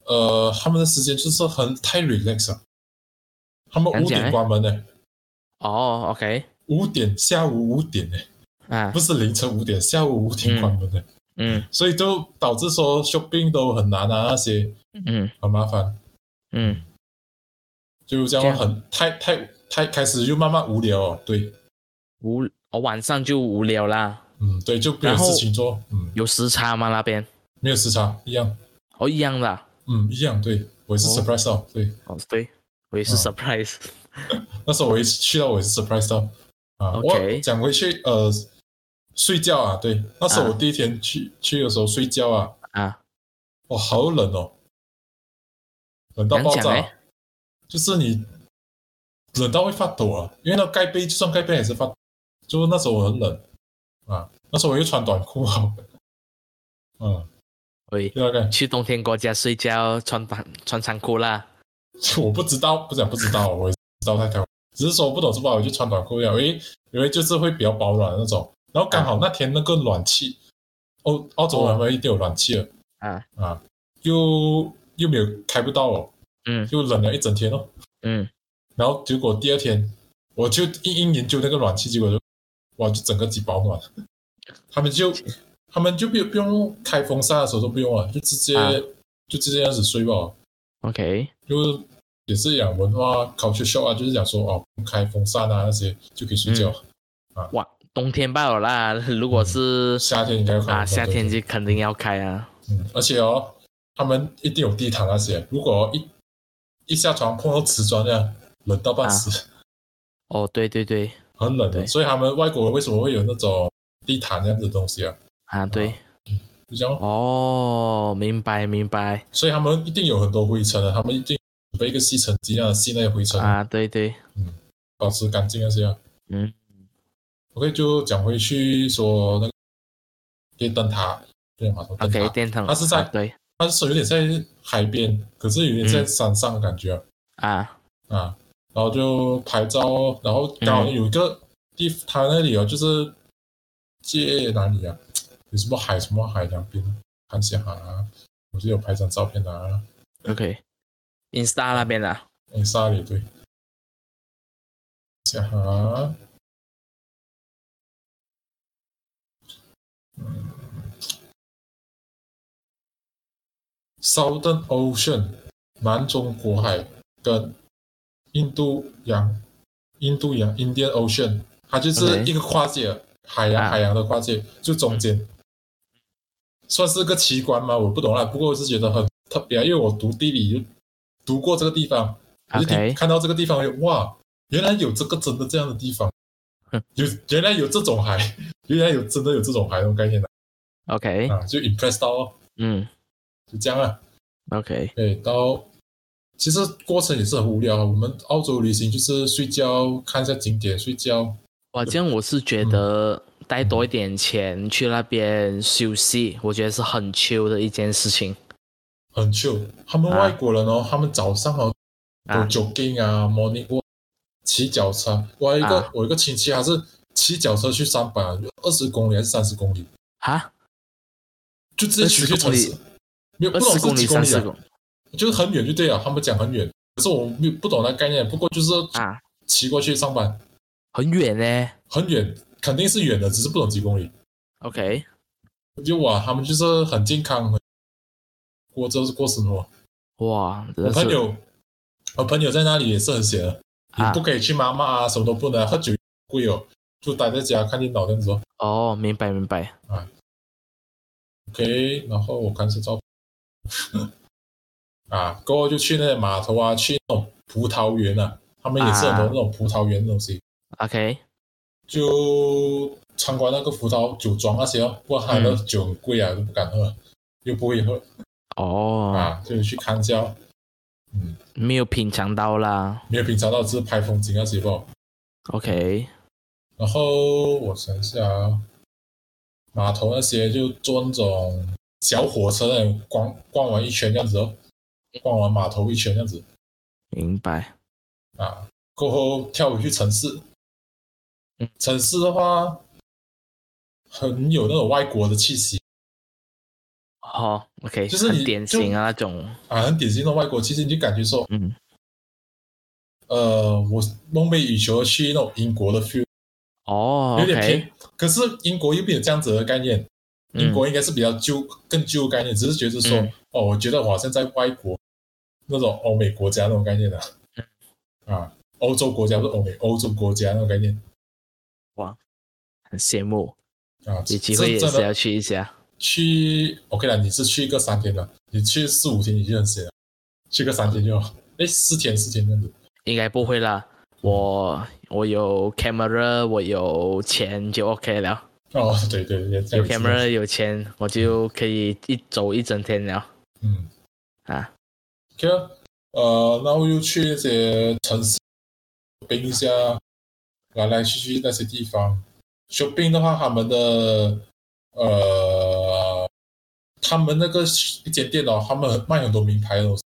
呃，他们的时间就是很太 relax 了，他们讲五讲点欸关门呢、哦，OK，五点下午五点呢、啊不，是凌晨五点，下午五点关门的、嗯所以就导致说 shopping 都很难啊，那些嗯很麻烦，嗯，就这这样样很太太太开始就慢慢无聊哦，对，无，我晚上就无聊啦，嗯，对，就没有然后事情做，嗯，有时差吗那边？没有时差，一样，哦，一样的啊，嗯，一样，对我也是哦 surprise 到，对，哦，对，我也是嗯 surprise，那时候我一去到，我也是 surprise 到啊。 OK 我讲回去，呃，睡觉啊，对，那时候我啊第一天去、去的时候睡觉啊，啊，哇，好冷哦，冷到爆讲讲炸欸，就是你冷到会发抖啊，因为那盖被就算盖被也是发， 就是那时候我很冷啊，那时候我又穿短裤啊，嗯，喂，对，OK，去冬天国家睡觉，穿短穿长裤啦。 我不知道，不讲不知道，我也知道太太，只是说我不懂是吧？我就穿短裤了，因为因为就是会比较保暖的那种。然后刚好那天那个暖气，欧澳洲那边一定有暖气了啊，啊，又又没有开不到哦，嗯又冷了一整天哦。嗯，然后结果第二天我就硬硬研究那个暖气，结果就哇，就整个几保暖。他们就他们就不不用开风扇的时候都不用了，就直接、啊就直接这样子睡吧。 OK，就是也是讲文化 culture shock 啊，就是讲说哦，不开风扇啊那些就可以睡觉，嗯哇，冬天罢了啦。如果是夏天应该要开啊，风扇夏天对就肯定要开啊。嗯，而且哦，他们一定有地毯那些，如果一一下床碰到瓷砖那样，冷到半死，哦，对对对，很冷的。对所以他们外国人为什么会有那种地毯这样子的东西啊？啊对，就这样哦，哦，明白明白所以他们一定有很多灰尘啊的，他们一定准备一个吸尘机啊，吸那些灰尘，啊，对对，保持干净那些啊。嗯 OK，就讲回去说那个电灯塔，对马头灯塔，OK，电筒，它是在啊对它是有点在海边，可是有点在山上的感觉啊。啊，啊然后就拍照，然后刚好有一个地，它那里哦，就是借哪里啊？有什么海什么海两边，看下海啊，我就有拍张照片啊。 OK，Insta 那边啊，哎，沙里对，下海啊，嗯，Southern Ocean 南中国海跟印度洋、印度洋 Indian Ocean，它就是 OK 一个跨界海洋、啊嗯海洋的跨界，就中间。算是个奇观吗？我不懂啦，不过我是觉得很特别啊，因为我读地理读过这个地方，我就听 OK 看到这个地方，我就哇，原来有这个真的这样的地方哼，有原来有这种海， 原来有真的有这种海那种概念的 OK，啊，就 impress 到哦，嗯就这样啊。 ，OK，对，到其实过程也是很无聊啊。我们澳洲旅行就是睡觉，看一下景点，睡觉。哇，这样我是觉得嗯带多一点钱去那边休息，我觉得是很 chill 的一件事情很 chill，他们啊外国人哦，他们早上哦有啊 jogging 啊，morning walk，骑脚车。我有一个、啊我有一个亲戚，他是骑脚车去上班，啊二十公里还是三十公里，哈，就直接骑去城20公市里，没有不二懂十是公里、几公三里、十啊，公就是很远就对了。他们讲很远，可是我没有不懂那概念，不过就是啊，骑过去上班，很远呢。很远，肯定是远的，只是不懂几公里。 OK，就哇，他们就是很健康，很过这是过生活。哇，真我的朋是友，我朋友在那里也是很闲的。你啊不，可以去妈妈啊，什么都不能，喝酒贵哦，就待在家看电脑这样子哦。哦，明白明白， OK，然后我看是照片 啊，过后就去那些码头啊，去那种葡萄园啊，他们也是很多啊那种葡萄园的东西， OK，就参观那个葡萄酒庄那些哦。不过他的酒很贵啊，都不敢喝，又不会喝哦，啊，就去看一下哦。嗯，没有品尝到啦。没有品尝到只是拍风景那些不。 OK，然后我想一下啊，码头那些就坐那种小火车那种逛逛完一圈这样子哦，逛完码头一圈这样子明白。啊，过后跳回去城市嗯。城市的话，很有那种外国的气息哦，OK，就是很你典就型啊那种，啊，很典型的外国气息，你就感觉说，嗯，呃，我梦寐以求去那种英国的 feel，哦有点偏，OK，可是英国又没有这样子的概念，嗯英国应该是比较旧、更旧的概念，只是觉得说，嗯哦，我觉得我好像在外国那种欧美国家那种概念的、啊，嗯欧洲国家不是欧美，欧洲国家那种概念很羡慕，啊，有机会也真是真要的去一下。去 OK 了，你是去个三天的，你去四五天你就很闲了，去个三天就好，哎，四天四天这样子，应该不会啦，我我有 camera，我有钱就 OK 了，哦，对对对，这有样子 camera 有钱，我就可以一走一整天了嗯啊。 ，OK，啊呃，然后又去那些城市 shopping 一下，来来去去那些地方。shopping 的话，他们的呃他们那个一间店哦，他们卖很多名牌的东西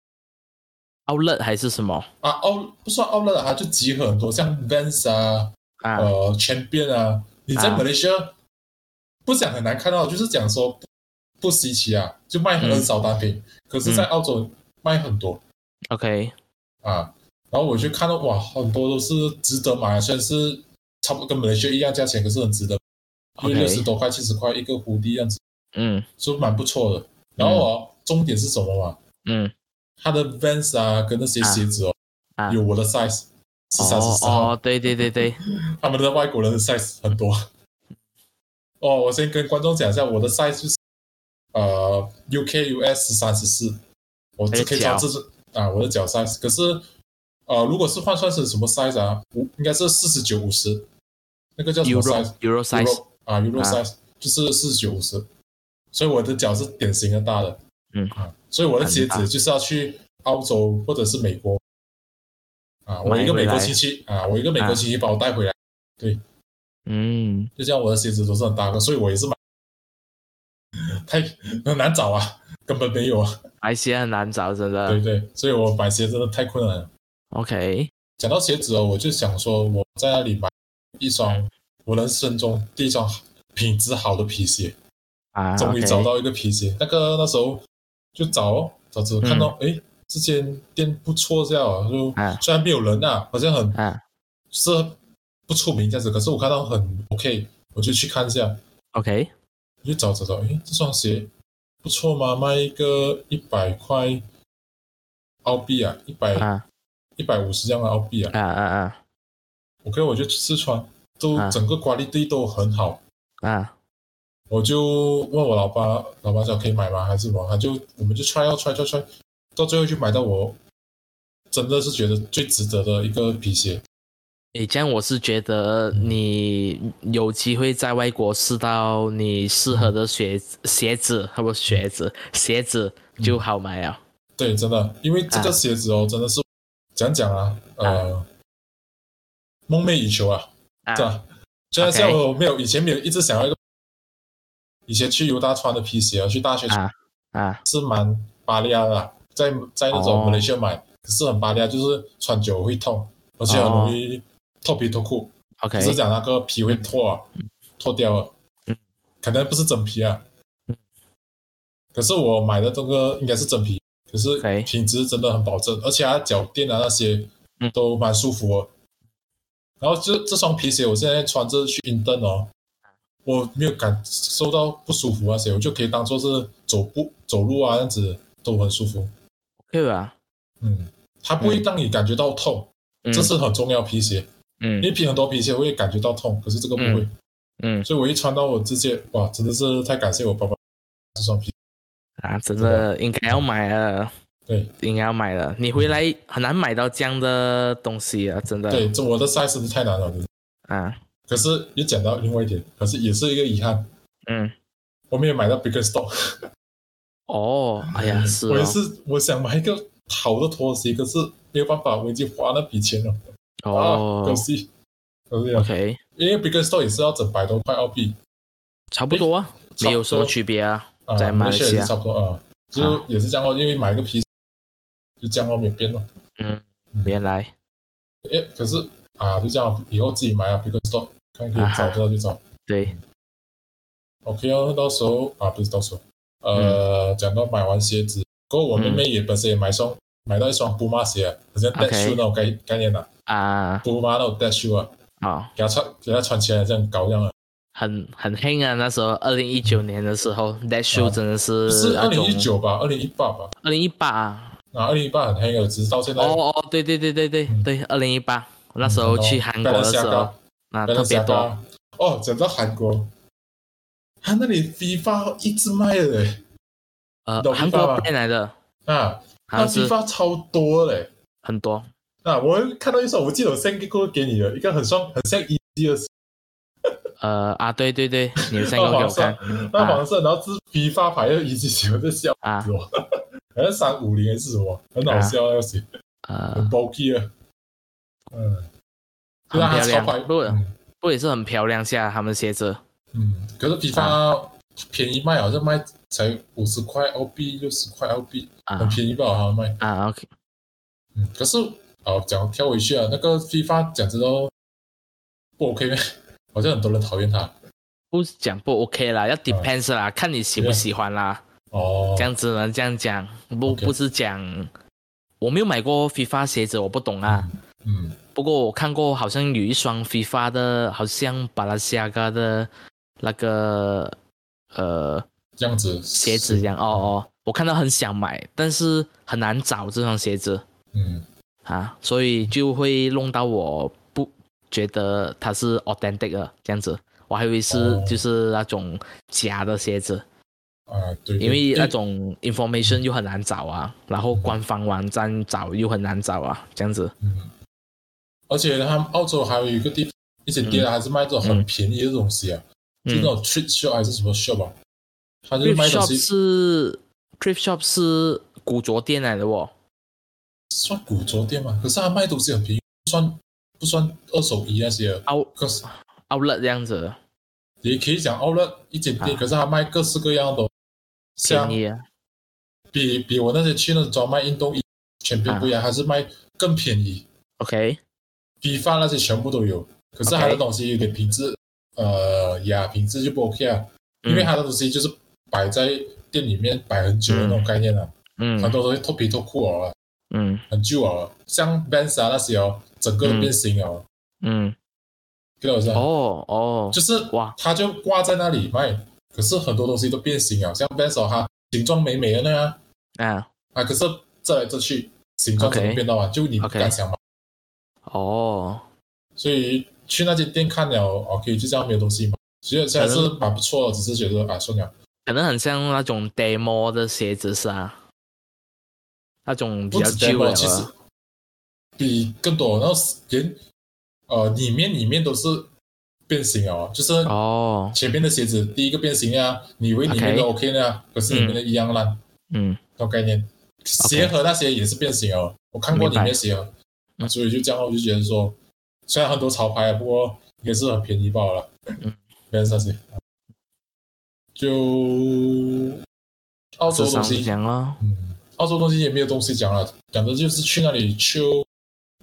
，outlet 还是什么啊，奥不算奥乐啊，它就集合很多像 Vans 啊，啊？呃，Champion 啊，你在啊 Malaysia、不讲很难看到，就是讲说不不稀奇啊，就卖很嗯少单品，可是，在澳洲卖很多 OK，啊。然后我就看到哇，很多都是值得买，虽然是差不多跟 Malaysia 一样价钱，可是很值得，因为 OK 六十多块、七十块一个蝴蝶样子，嗯就蛮不错的。然后哦，重点是什么嘛？嗯，它的 Vans 啊，跟那些啊鞋子哦，啊有我的 size，十三十哦四号，哦，对对对对，他们的外国人的 size 很多。哦，我先跟观众讲一下，我的 size 就是呃 UK US 三十四，我只可以穿你这是啊我的脚 size，可是呃如果是换算成什么 size 啊，五应该是四十九五十，那个叫什么 Euro size？ Euro size，啊 Euro 啊 size 就是四十九五十，所以我的脚是典型的大的，嗯啊，所以我的鞋很大子就是要去澳洲或者是美国啊，我买一个美回国来亲戚啊，我一个美国啊亲戚把我带回来。嗯，就像我的鞋子都是很大个，所以我也是买，太很难找啊，根本没有啊，还是很难找，真对的。不对？所以我买鞋真的太困难了。 OK，讲到鞋子哦，我就想说我在那里买一双我人生中第一双品质好的皮鞋，啊，终于找 OK 到一个皮鞋。那个那时候就找哦找着看到，哎、这间店不错，这样哦就、嗯啊虽然没有人啊，好像很啊是不出名这样子，可是我看到很 OK，我就去看一下。 ，OK，我就找找找，诶，这双鞋不错嘛，卖一个一百块澳币啊，一百啊一百五十这样的澳币啊。啊啊啊 OK，我就试穿，都啊整个管理地都很好。啊我就问我老爸，老爸讲可以买吗？还是什么？他就我们就 try 要 try try try，到最后就买到我真的是觉得最值得的一个皮鞋。诶，这样我是觉得你有机会在外国试到你适合的鞋子鞋子，不是鞋子鞋子就好买了。对，真的，因为这个啊鞋子哦，真的是讲讲啊，呃，梦寐以求啊。啊对啊，虽然 OK 像我没有以前没有一直想要一个，以前去犹大穿的皮鞋啊，去大学穿啊啊是蛮巴利亚的啦，在在那种哦马来西亚买，可是很巴利亚，就是穿久了会痛，而且很容哦易脱皮脱裤， ，OK，只是讲那个皮会脱啊，脱掉了嗯，可能不是真皮啊嗯。可是我买的这个应该是真皮，可是 OK 品质真的很保证，而且它脚垫啊那些嗯都蛮舒服的。然后这这双皮鞋我现在穿着去 i 登哦，我没有感受到不舒服那些，我就可以当做是走步走路啊，这样子都很舒服。 OK 吧？嗯，它不会让你感觉到痛，嗯这是很重要。皮鞋，嗯因为皮很多皮鞋会感觉到痛，可是这个不会。嗯所以我一穿到我直接哇，真的是太感谢我爸爸这双皮。啊，真的应该要买了，对应该要买了。你回来很难买到这样的东西啊，真的。对，这我的 size 真的太难了。真的啊，可是也讲到另外一点，可是也是一个遗憾，嗯，我没有买到 b i g g e s t o c k 哦，哎呀，是我也哦，是我想买一个好的拖鞋，可是没有办法，我已经花那笔钱了。啊，哦可惜，可惜啊。 ，OK，因为 b i g g e s t o c k 也是要整百多块澳币，差不多啊，没有什么区别啊。啊，在马来西亚也是差不多啊，就也是这样哦，因为买一个皮就这样哦，没有变哦。嗯，原来诶，可是啊，就这样，以后自己买啊 b i g g e s t o c k 看可啊以找得到就找。对， OK 哦，到时候啊，不是到时候，呃，嗯讲到买完鞋子，过后我妹妹也本身也买双，买到一双 Puma 鞋，啊好像 OK Dead Shoe 那种概概念啊啊， ，Puma 那种 Dead Shoe 啊，哦，给她穿，给她穿起来这样搞样啊，很很黑啊，那时候二零一九年的时候，That 啊 Show 真的是不是嗯那二种零一九吧，二零一八吧，二零一八啊，啊，二零一八很黑的，只是到现在哦哦，对对对对对对，二零一八，我那时嗯候去韩国的时候，啊，拜特伦别加多。嘎，哦，讲到韩国，他那里 FIFA 一直卖的嘞，呃懂，韩 FIFA 国吧 brand 来的，啊，好那像是 FIFA 超多嘞，很多啊，我看到一双，我记得我 send 过给你的，一个很像很像 E D 的呃啊，对对 对，你们三啊个给我看那黄色，然后是 B 发牌又一直喜欢在笑啊死，我，好像三五零还是什么，很好笑那个鞋，很呃， bulky 啊，嗯，就很让它啊漂超牌，亮，不嗯不也是很漂亮下他们鞋子啊嗯，可是 B 发便宜卖，好像卖才五十块澳币、六十块澳币，啊很便宜吧？好像卖。啊，OK，嗯，可是哦，讲跳回去啊，那个 FIFA 讲知道不 OK 咩？好像很多人讨厌他不是讲不 OK 啦，要啊 depends 啦，看你喜不喜欢啦。哦这。样子呢，这样讲，不 OK 不是讲，我没有买过 FIFA 鞋子，我不懂啊。嗯，不过我看过，好像有一双 FIFA 的，好像巴拉西亚嘎的那个呃这样子鞋子一嗯样。哦哦，我看到很想买，但是很难找这双鞋子嗯，啊，所以就会弄到我不觉得它是 authentic 的这样子。我还以为是哦就是那种假的鞋子，啊，对，因为对那种 information 又很难找啊，然后官方网站找又很难找啊，这样子。嗯，而且他们澳洲还有一个地一些店啊还是卖这种很便宜的东西啊，就那嗯种 treat shop 还是什么 shop 啊，他就是卖 Thrift 东 shop 西是 thrift shop 是古着店来的哦，算古着店嘛，可是他卖东西很便宜，不算不算二手衣那些的，奥可是奥乐这样子也可以讲奥乐一间店，啊可是他卖各式各样的东西，便像宜啊比比我那些去那种专卖运动衣全部啊不一样，还是卖更便宜， ，OK，批发那些全部都有，可是 OK 他的东西有点品质，呃呀，品质就不 OK 啊。因为嗯它的东西就是摆在店里面摆很久的那种概念啊，很嗯多东西脱皮脱裤了，嗯很旧了，像 Vans 啊那些哦，整个都变形了，嗯，跟我说，哦哦，就是哇它就挂在那里卖，可是很多东西都变形了，像 Vans 哦，它形状美美的那样啊啊，可是这来这去形状 OK 怎么变到啊？就你不 OK 敢想嘛，哦，所以去那间店看了，OK，就这样没有东西嘛。所以现在是蛮不错的，只是觉得啊，算了，可能很像那种 demo 的鞋子是啊，那种比不较止旧 demo，了啊其实比更多，然后连呃里面里面都是变形哦，就是哦，前面的鞋子第一个变形啊，你以为里面的 OK 呢、可是里面的一样烂，嗯那种概念。鞋盒那些也是变形哦，我看过里明白面鞋盒，嗯所以就这样，我就觉得说，虽然很多潮牌，不过也是很便宜罢了。嗯， 没人上鞋，就澳洲智的东商西讲咯，嗯，澳洲东西也没有东西讲了，讲的就是去那里去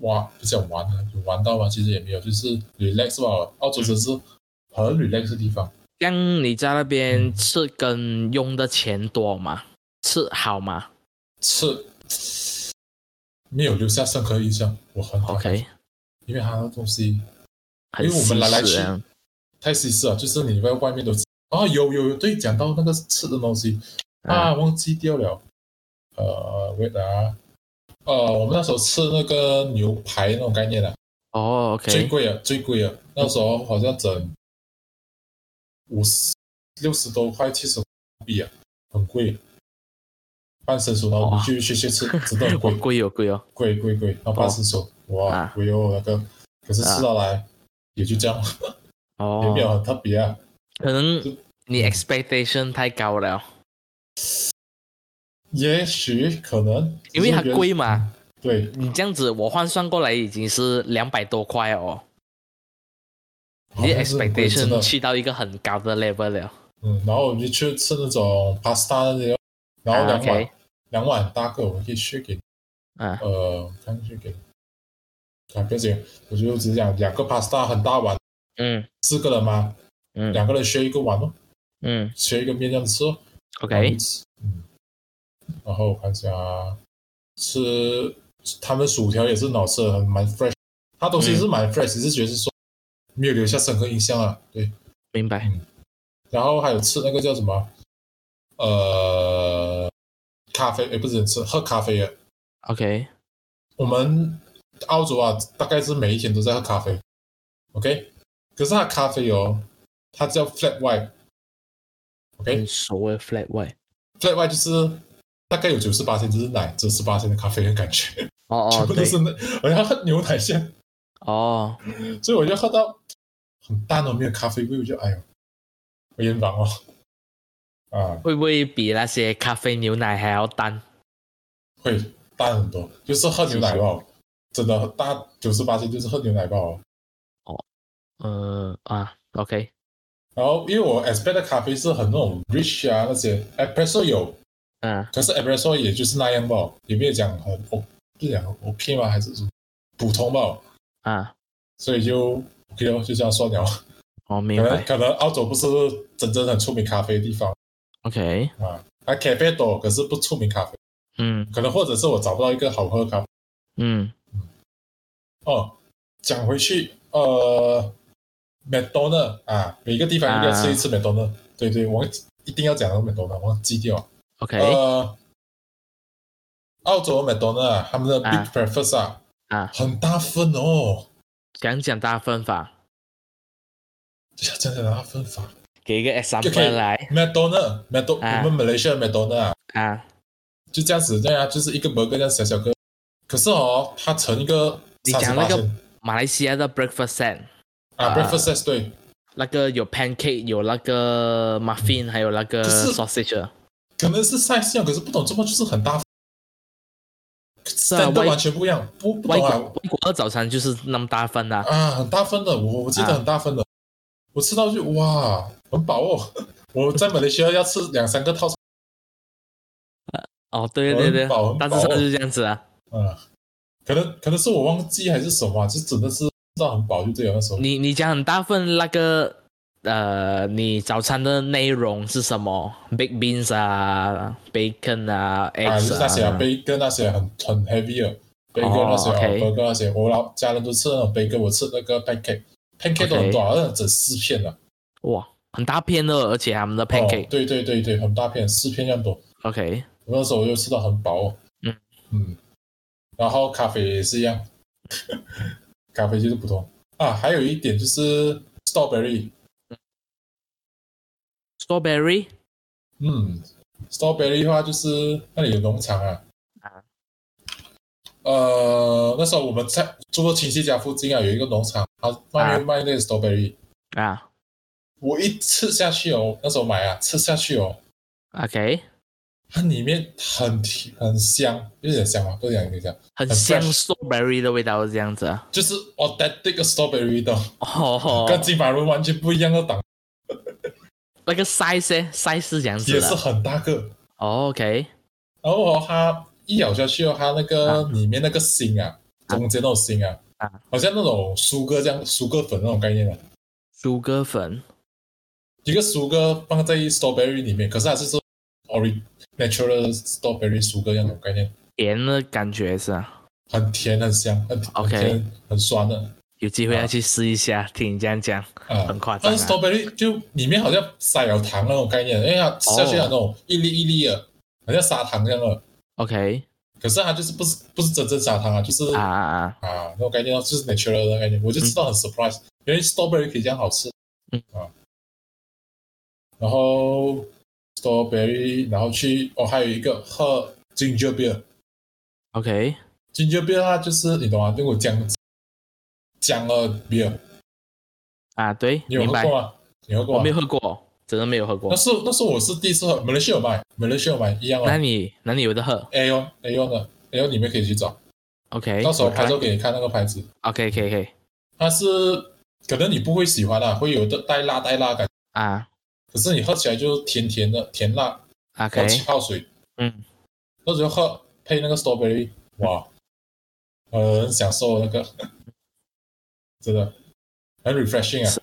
玩，不讲玩啊，有玩到吗？其实也没有，就是 relax 吧。澳洲真是很 relax 的地方。像你在那边吃跟用的钱多吗？吃好吗吃没有留下深刻印象，我很讨厌？OK，因为它的东西很因为我们来来西式去啊太西式了，就是你在外面都吃。哦，有有有，对，讲到那个吃的东西嗯啊，忘记掉了。呃，wait 啊，呃，我们那时候吃那个牛排那种概念啊，哦最，OK，贵啊，最贵啊！那时候好像整五十六十多块，七十币啊，很贵。半生熟，然后我们哇去去去吃，真的很我 贵，贵哦贵哦，贵贵贵。然后半生熟，哇啊，我有那个，可是吃到来也就这样，啊也没有哦，很特别啊。可能你 expectation 太高了，也许可能因为它，只是觉贵嘛。得对，你这样子我换算过来已经是两百多块哦，好你像哦是很贵真 expectation 的去到一个很高的 level 了。嗯，然后我们就去吃那种 pasta 那些，然后两啊碗，OK 两碗大个，我们可以 share 给啊呃，看去给啊，不要紧，我就只讲两个 pasta 很大碗，嗯四个人嘛，嗯两个人削一个碗咯，嗯削一个面这样吃咯。然后，OK，吃嗯，然后我看一下啊吃他们薯条也是好吃的，很蛮 fresh，他东西是蛮 fresh，只是觉得是说没有留下深刻印象啊，对。明白。然后还有吃那个叫什么，呃，咖啡，诶，不是吃喝咖啡啊， OK，我们澳洲啊，大概是每一天都在喝咖啡，OK？可是它咖啡哦，它叫 flat white，OK？、很熟的 flat white。 flat white 就是大概有九十八天就是奶，九十八天的咖啡的感觉，哦全哦部都对是，奶，我要喝牛奶先，哦所以我就喝到很淡哦，没有咖啡味，我就哎呦，我眼忙哦，啊，会不会比那些咖啡牛奶还要淡？会淡很多，就是喝牛奶吧哦，真的大九十八天就是喝牛奶吧哦。呃嗯啊，OK，然后因为我 expect 的咖啡是很那种 rich 啊那些，espresso 有，嗯可是 espresso 也就是那样吧，也没有讲很 O，不是讲 OK 吗？还是普通吧？啊，所以就 OK 咯，就这样算了。我可明能白。可能澳洲不是真正很出名咖啡的地方 OK，啊，啊 cafe 多，可是不出名咖啡，嗯可能或者是我找不到一个好喝的咖啡。嗯哦，讲回去，呃，McDonald 啊，每个地方一定要吃一次 McDonald、对对，我一定要讲到 McDonald，忘记掉了。 ，OK，呃，澳洲 McDonald 啊他们的 Big 啊 Breakfast 啊，啊很大份哦，讲讲大分法，真的很大份法。给一个 example OK 来 McDonald McDo 啊我们 Malaysia 的 McDonald 啊，啊，就这样子，对啊，就是一个 burger 这样小小个，可是哦，它乘一个你三十讲八那个千马来西亚的 breakfast set，啊啊，breakfast set，对，那个有 pancake，有那个 muffin，还有那个可是 sausage，可能是 size 啊，可是不懂这么就是很大，啊三个外完全不一样，不不外懂国啊外国的早餐就是那么大份啊，啊，很大份的，我我记得啊很大份的，我吃到就哇，很饱哦，我在马来西亚要吃两三个套餐，哦，对对对很饱很，大致上饱就是这样子啊。啊，可能可能是我忘记还是什么啊，就真的是吃到很饱就对了那时候，你你讲很大份那个呃，你早餐的内容是什么？Big beans 啊，bacon 啊啊，就，eggs 是那些啊啊，杯跟那些很很 heavy 的，杯跟那些哦啊，OK burger 那些，我老家人都吃那种杯跟，我吃那个 pancake。pancake 都很多啊，那整四片的、哇，很大片的，而且他们的哦 pancake，OK，、对对对对，很大片，四片这样多。 OK，我那时候我就吃到很饱、哦。嗯嗯然后咖啡也是一样， 咖啡就是普通啊。还有一点就是 strawberry， strawberry 嗯，strawberry 的话就是那里有农场啊。啊呃，那时候我们在住在亲戚家附近啊，有一个农场，他卖卖那个 strawberry。啊我一吃下去哦，那时候买啊，吃下去哦， ，OK，它里面很甜很香，有点香啊，不是讲有点香，很很像 fresh strawberry 的味道是这样子啊。就是 authentic strawberry 的。哦，跟金马伦完全不一样的档，那个 size 呢 size 是这样子也是的。很大个。哦 OK，然后哦，它一咬下去哦，它那个啊里面那个心啊，啊中间那种心啊啊，好像那种苏格这样，苏格粉那种概念啊。苏格粉一个苏格放在 strawberry 里面，可是还是说 ori natural strawberry 苏格那种概念，甜的感觉是啊，很甜很香，很 OK 很甜很酸的有机会要去试一下。听你这样讲，啊。很夸但张啊是 strawberry 就里面好像塞了糖那种概念，因为它吃下去哦那种一粒一粒的，好像砂糖一样的。 OK 可是它就是不是不是真正砂糖啊，就是啊啊啊，啊，那种概念哦就是 natural 的概念，我就知道很 surprise，、原来 strawberry 可以这样好吃，嗯啊，然后 strawberry，然后去哦，还有一个喝 ginger beer，ginger OK beer 它就是你懂吗？那种姜姜的 beer，啊，对，你有明喝白过。吗？你喝过我吗没有？喝过，真的没有喝过那。是那是我是第一次喝，马来西亚有卖，马来西亚有卖一样那哦你那你有的喝 A 用 A 用的 A 用你们可以去找， ？OK，到时候我看拍照给你看那个牌子， OK OK OK 它是可能你不会喜欢啊，会有的带辣带辣感。啊可是你喝起来就是甜甜的，甜辣，然 OK，后气泡水，嗯，那时候喝配那个 strawberry，哇，呃很享受那个， 真的很 refreshing 啊是。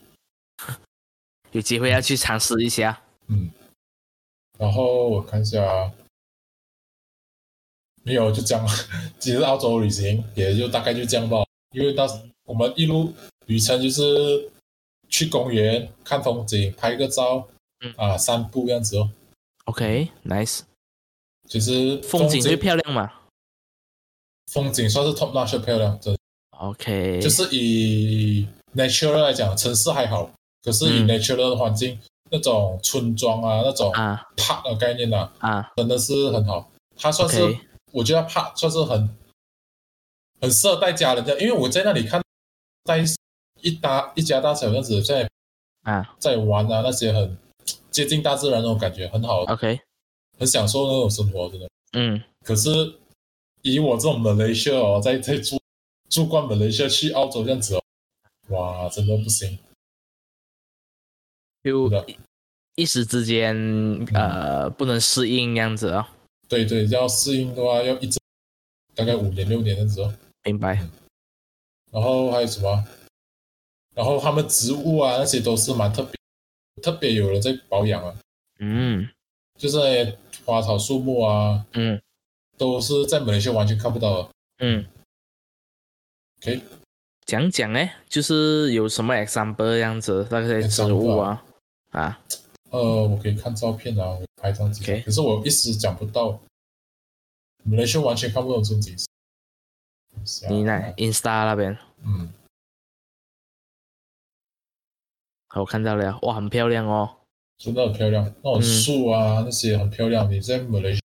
有机会要去尝试一下。然后我看一下啊，没有就这样， 其实澳洲旅行也就大概就这样吧，因为当时我们一路旅程就是去公园看风景，拍个照嗯，啊散步这样子哦。 OK，nice，其实风景最景漂亮嘛。风景算是 top notch 的漂亮，真的。 OK，就是以 natural 来讲，城市还好，可是以嗯 natural 的环境，那种村庄啊，那种啊 park 的概念啊，啊真的是很好。它算是，OK，我觉得 park 算是很很适合带家人的，因为我在那里看，在一大一家大小这样子在啊在玩啊，那些很接近大自然那种感觉，很好， ，OK，很享受那种生活，真的。嗯可是以我这种马来西亚哦，在在住住惯马来西亚去澳洲这样子哦，哇，真的不行。就是的一一时之间呃不能适应这样子哦，对对，要适应的话要一直大概五年六年这样子哦。明白？然后还有什么？然后他们植物啊那些都是蛮特别，特别有人在保养啊，嗯就是那些花草树木啊，嗯都是在马来西亚完全看不到的。嗯， OK，讲讲呢，就是有什么 example 这样子那些植物啊啊，呃，我可以看照片啊，我拍张几张 OK 可是我一时讲不到，马来西亚完全看不懂这种景色。你啊那 Insta 那边嗯，我看到了，哇，很漂亮哦。真的很漂亮，那种嗯树啊、那些很漂亮，你在马来西亚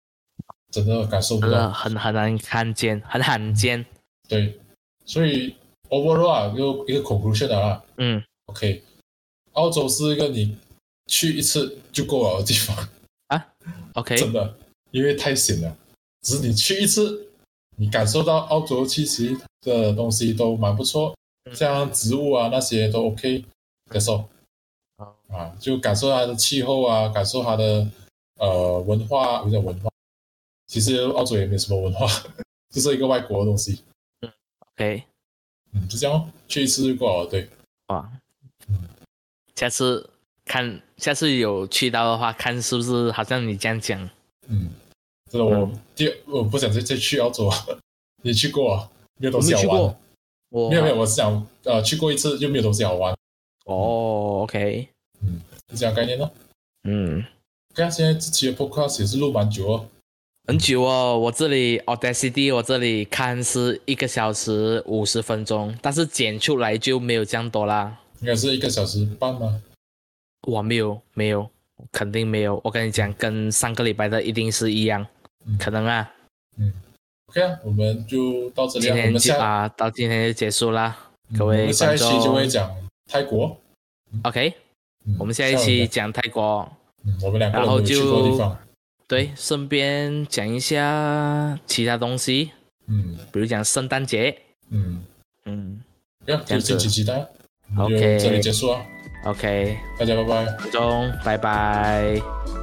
真的感受不真到的。很很难看见，很罕见。对，所以 overall 啊，就一个 conclusion 啊啦嗯， ，OK，澳洲是一个你去一次就够了的地方， OK，真的，因为太险了。只是你去一次，你感受到澳洲气息的东西都蛮不错，嗯像植物啊那些都 OK，接受好啊，就感受它的气候啊，感受它的呃文化，有点文化。其实澳洲也没什么文化， 就是一个外国的东西。 ，OK，嗯，就这样、哦，去一次就够了。对，哇嗯，啊下次看，下次有去到的话，看是不是好像你这样讲。嗯，真的，我第二我不想再再去澳洲 啊，你去过啊？没有东我西没好去玩过。，我没有没有，我是想呃去过一次就没有东西好玩，哦，OK，是这样概念呢。嗯，看现在这期的 podcast 也是录蛮久哦，很久哦，我这里 Audacity 我这里看是一个小时五十分钟，但是剪出来就没有这样多啦。应该是一个小时半吗？我没有没有，肯定没有。我跟你讲，跟上个礼拜的一定是一样，嗯可能啊。 OK 啊，我们就到这里今啊，我天们就下啊，到今天就结束啦，嗯各我位们下观一期就会众。讲泰国， OK，嗯我们下一下期礼拜讲泰国，嗯我们两个人然后有去过的就地方，对，顺便讲一下其他东西，嗯比如讲圣诞节。嗯，嗯这样这就样子敬请期待啊，我们就 OK 这里结束啊， ，OK，大家拜拜。观众，拜拜。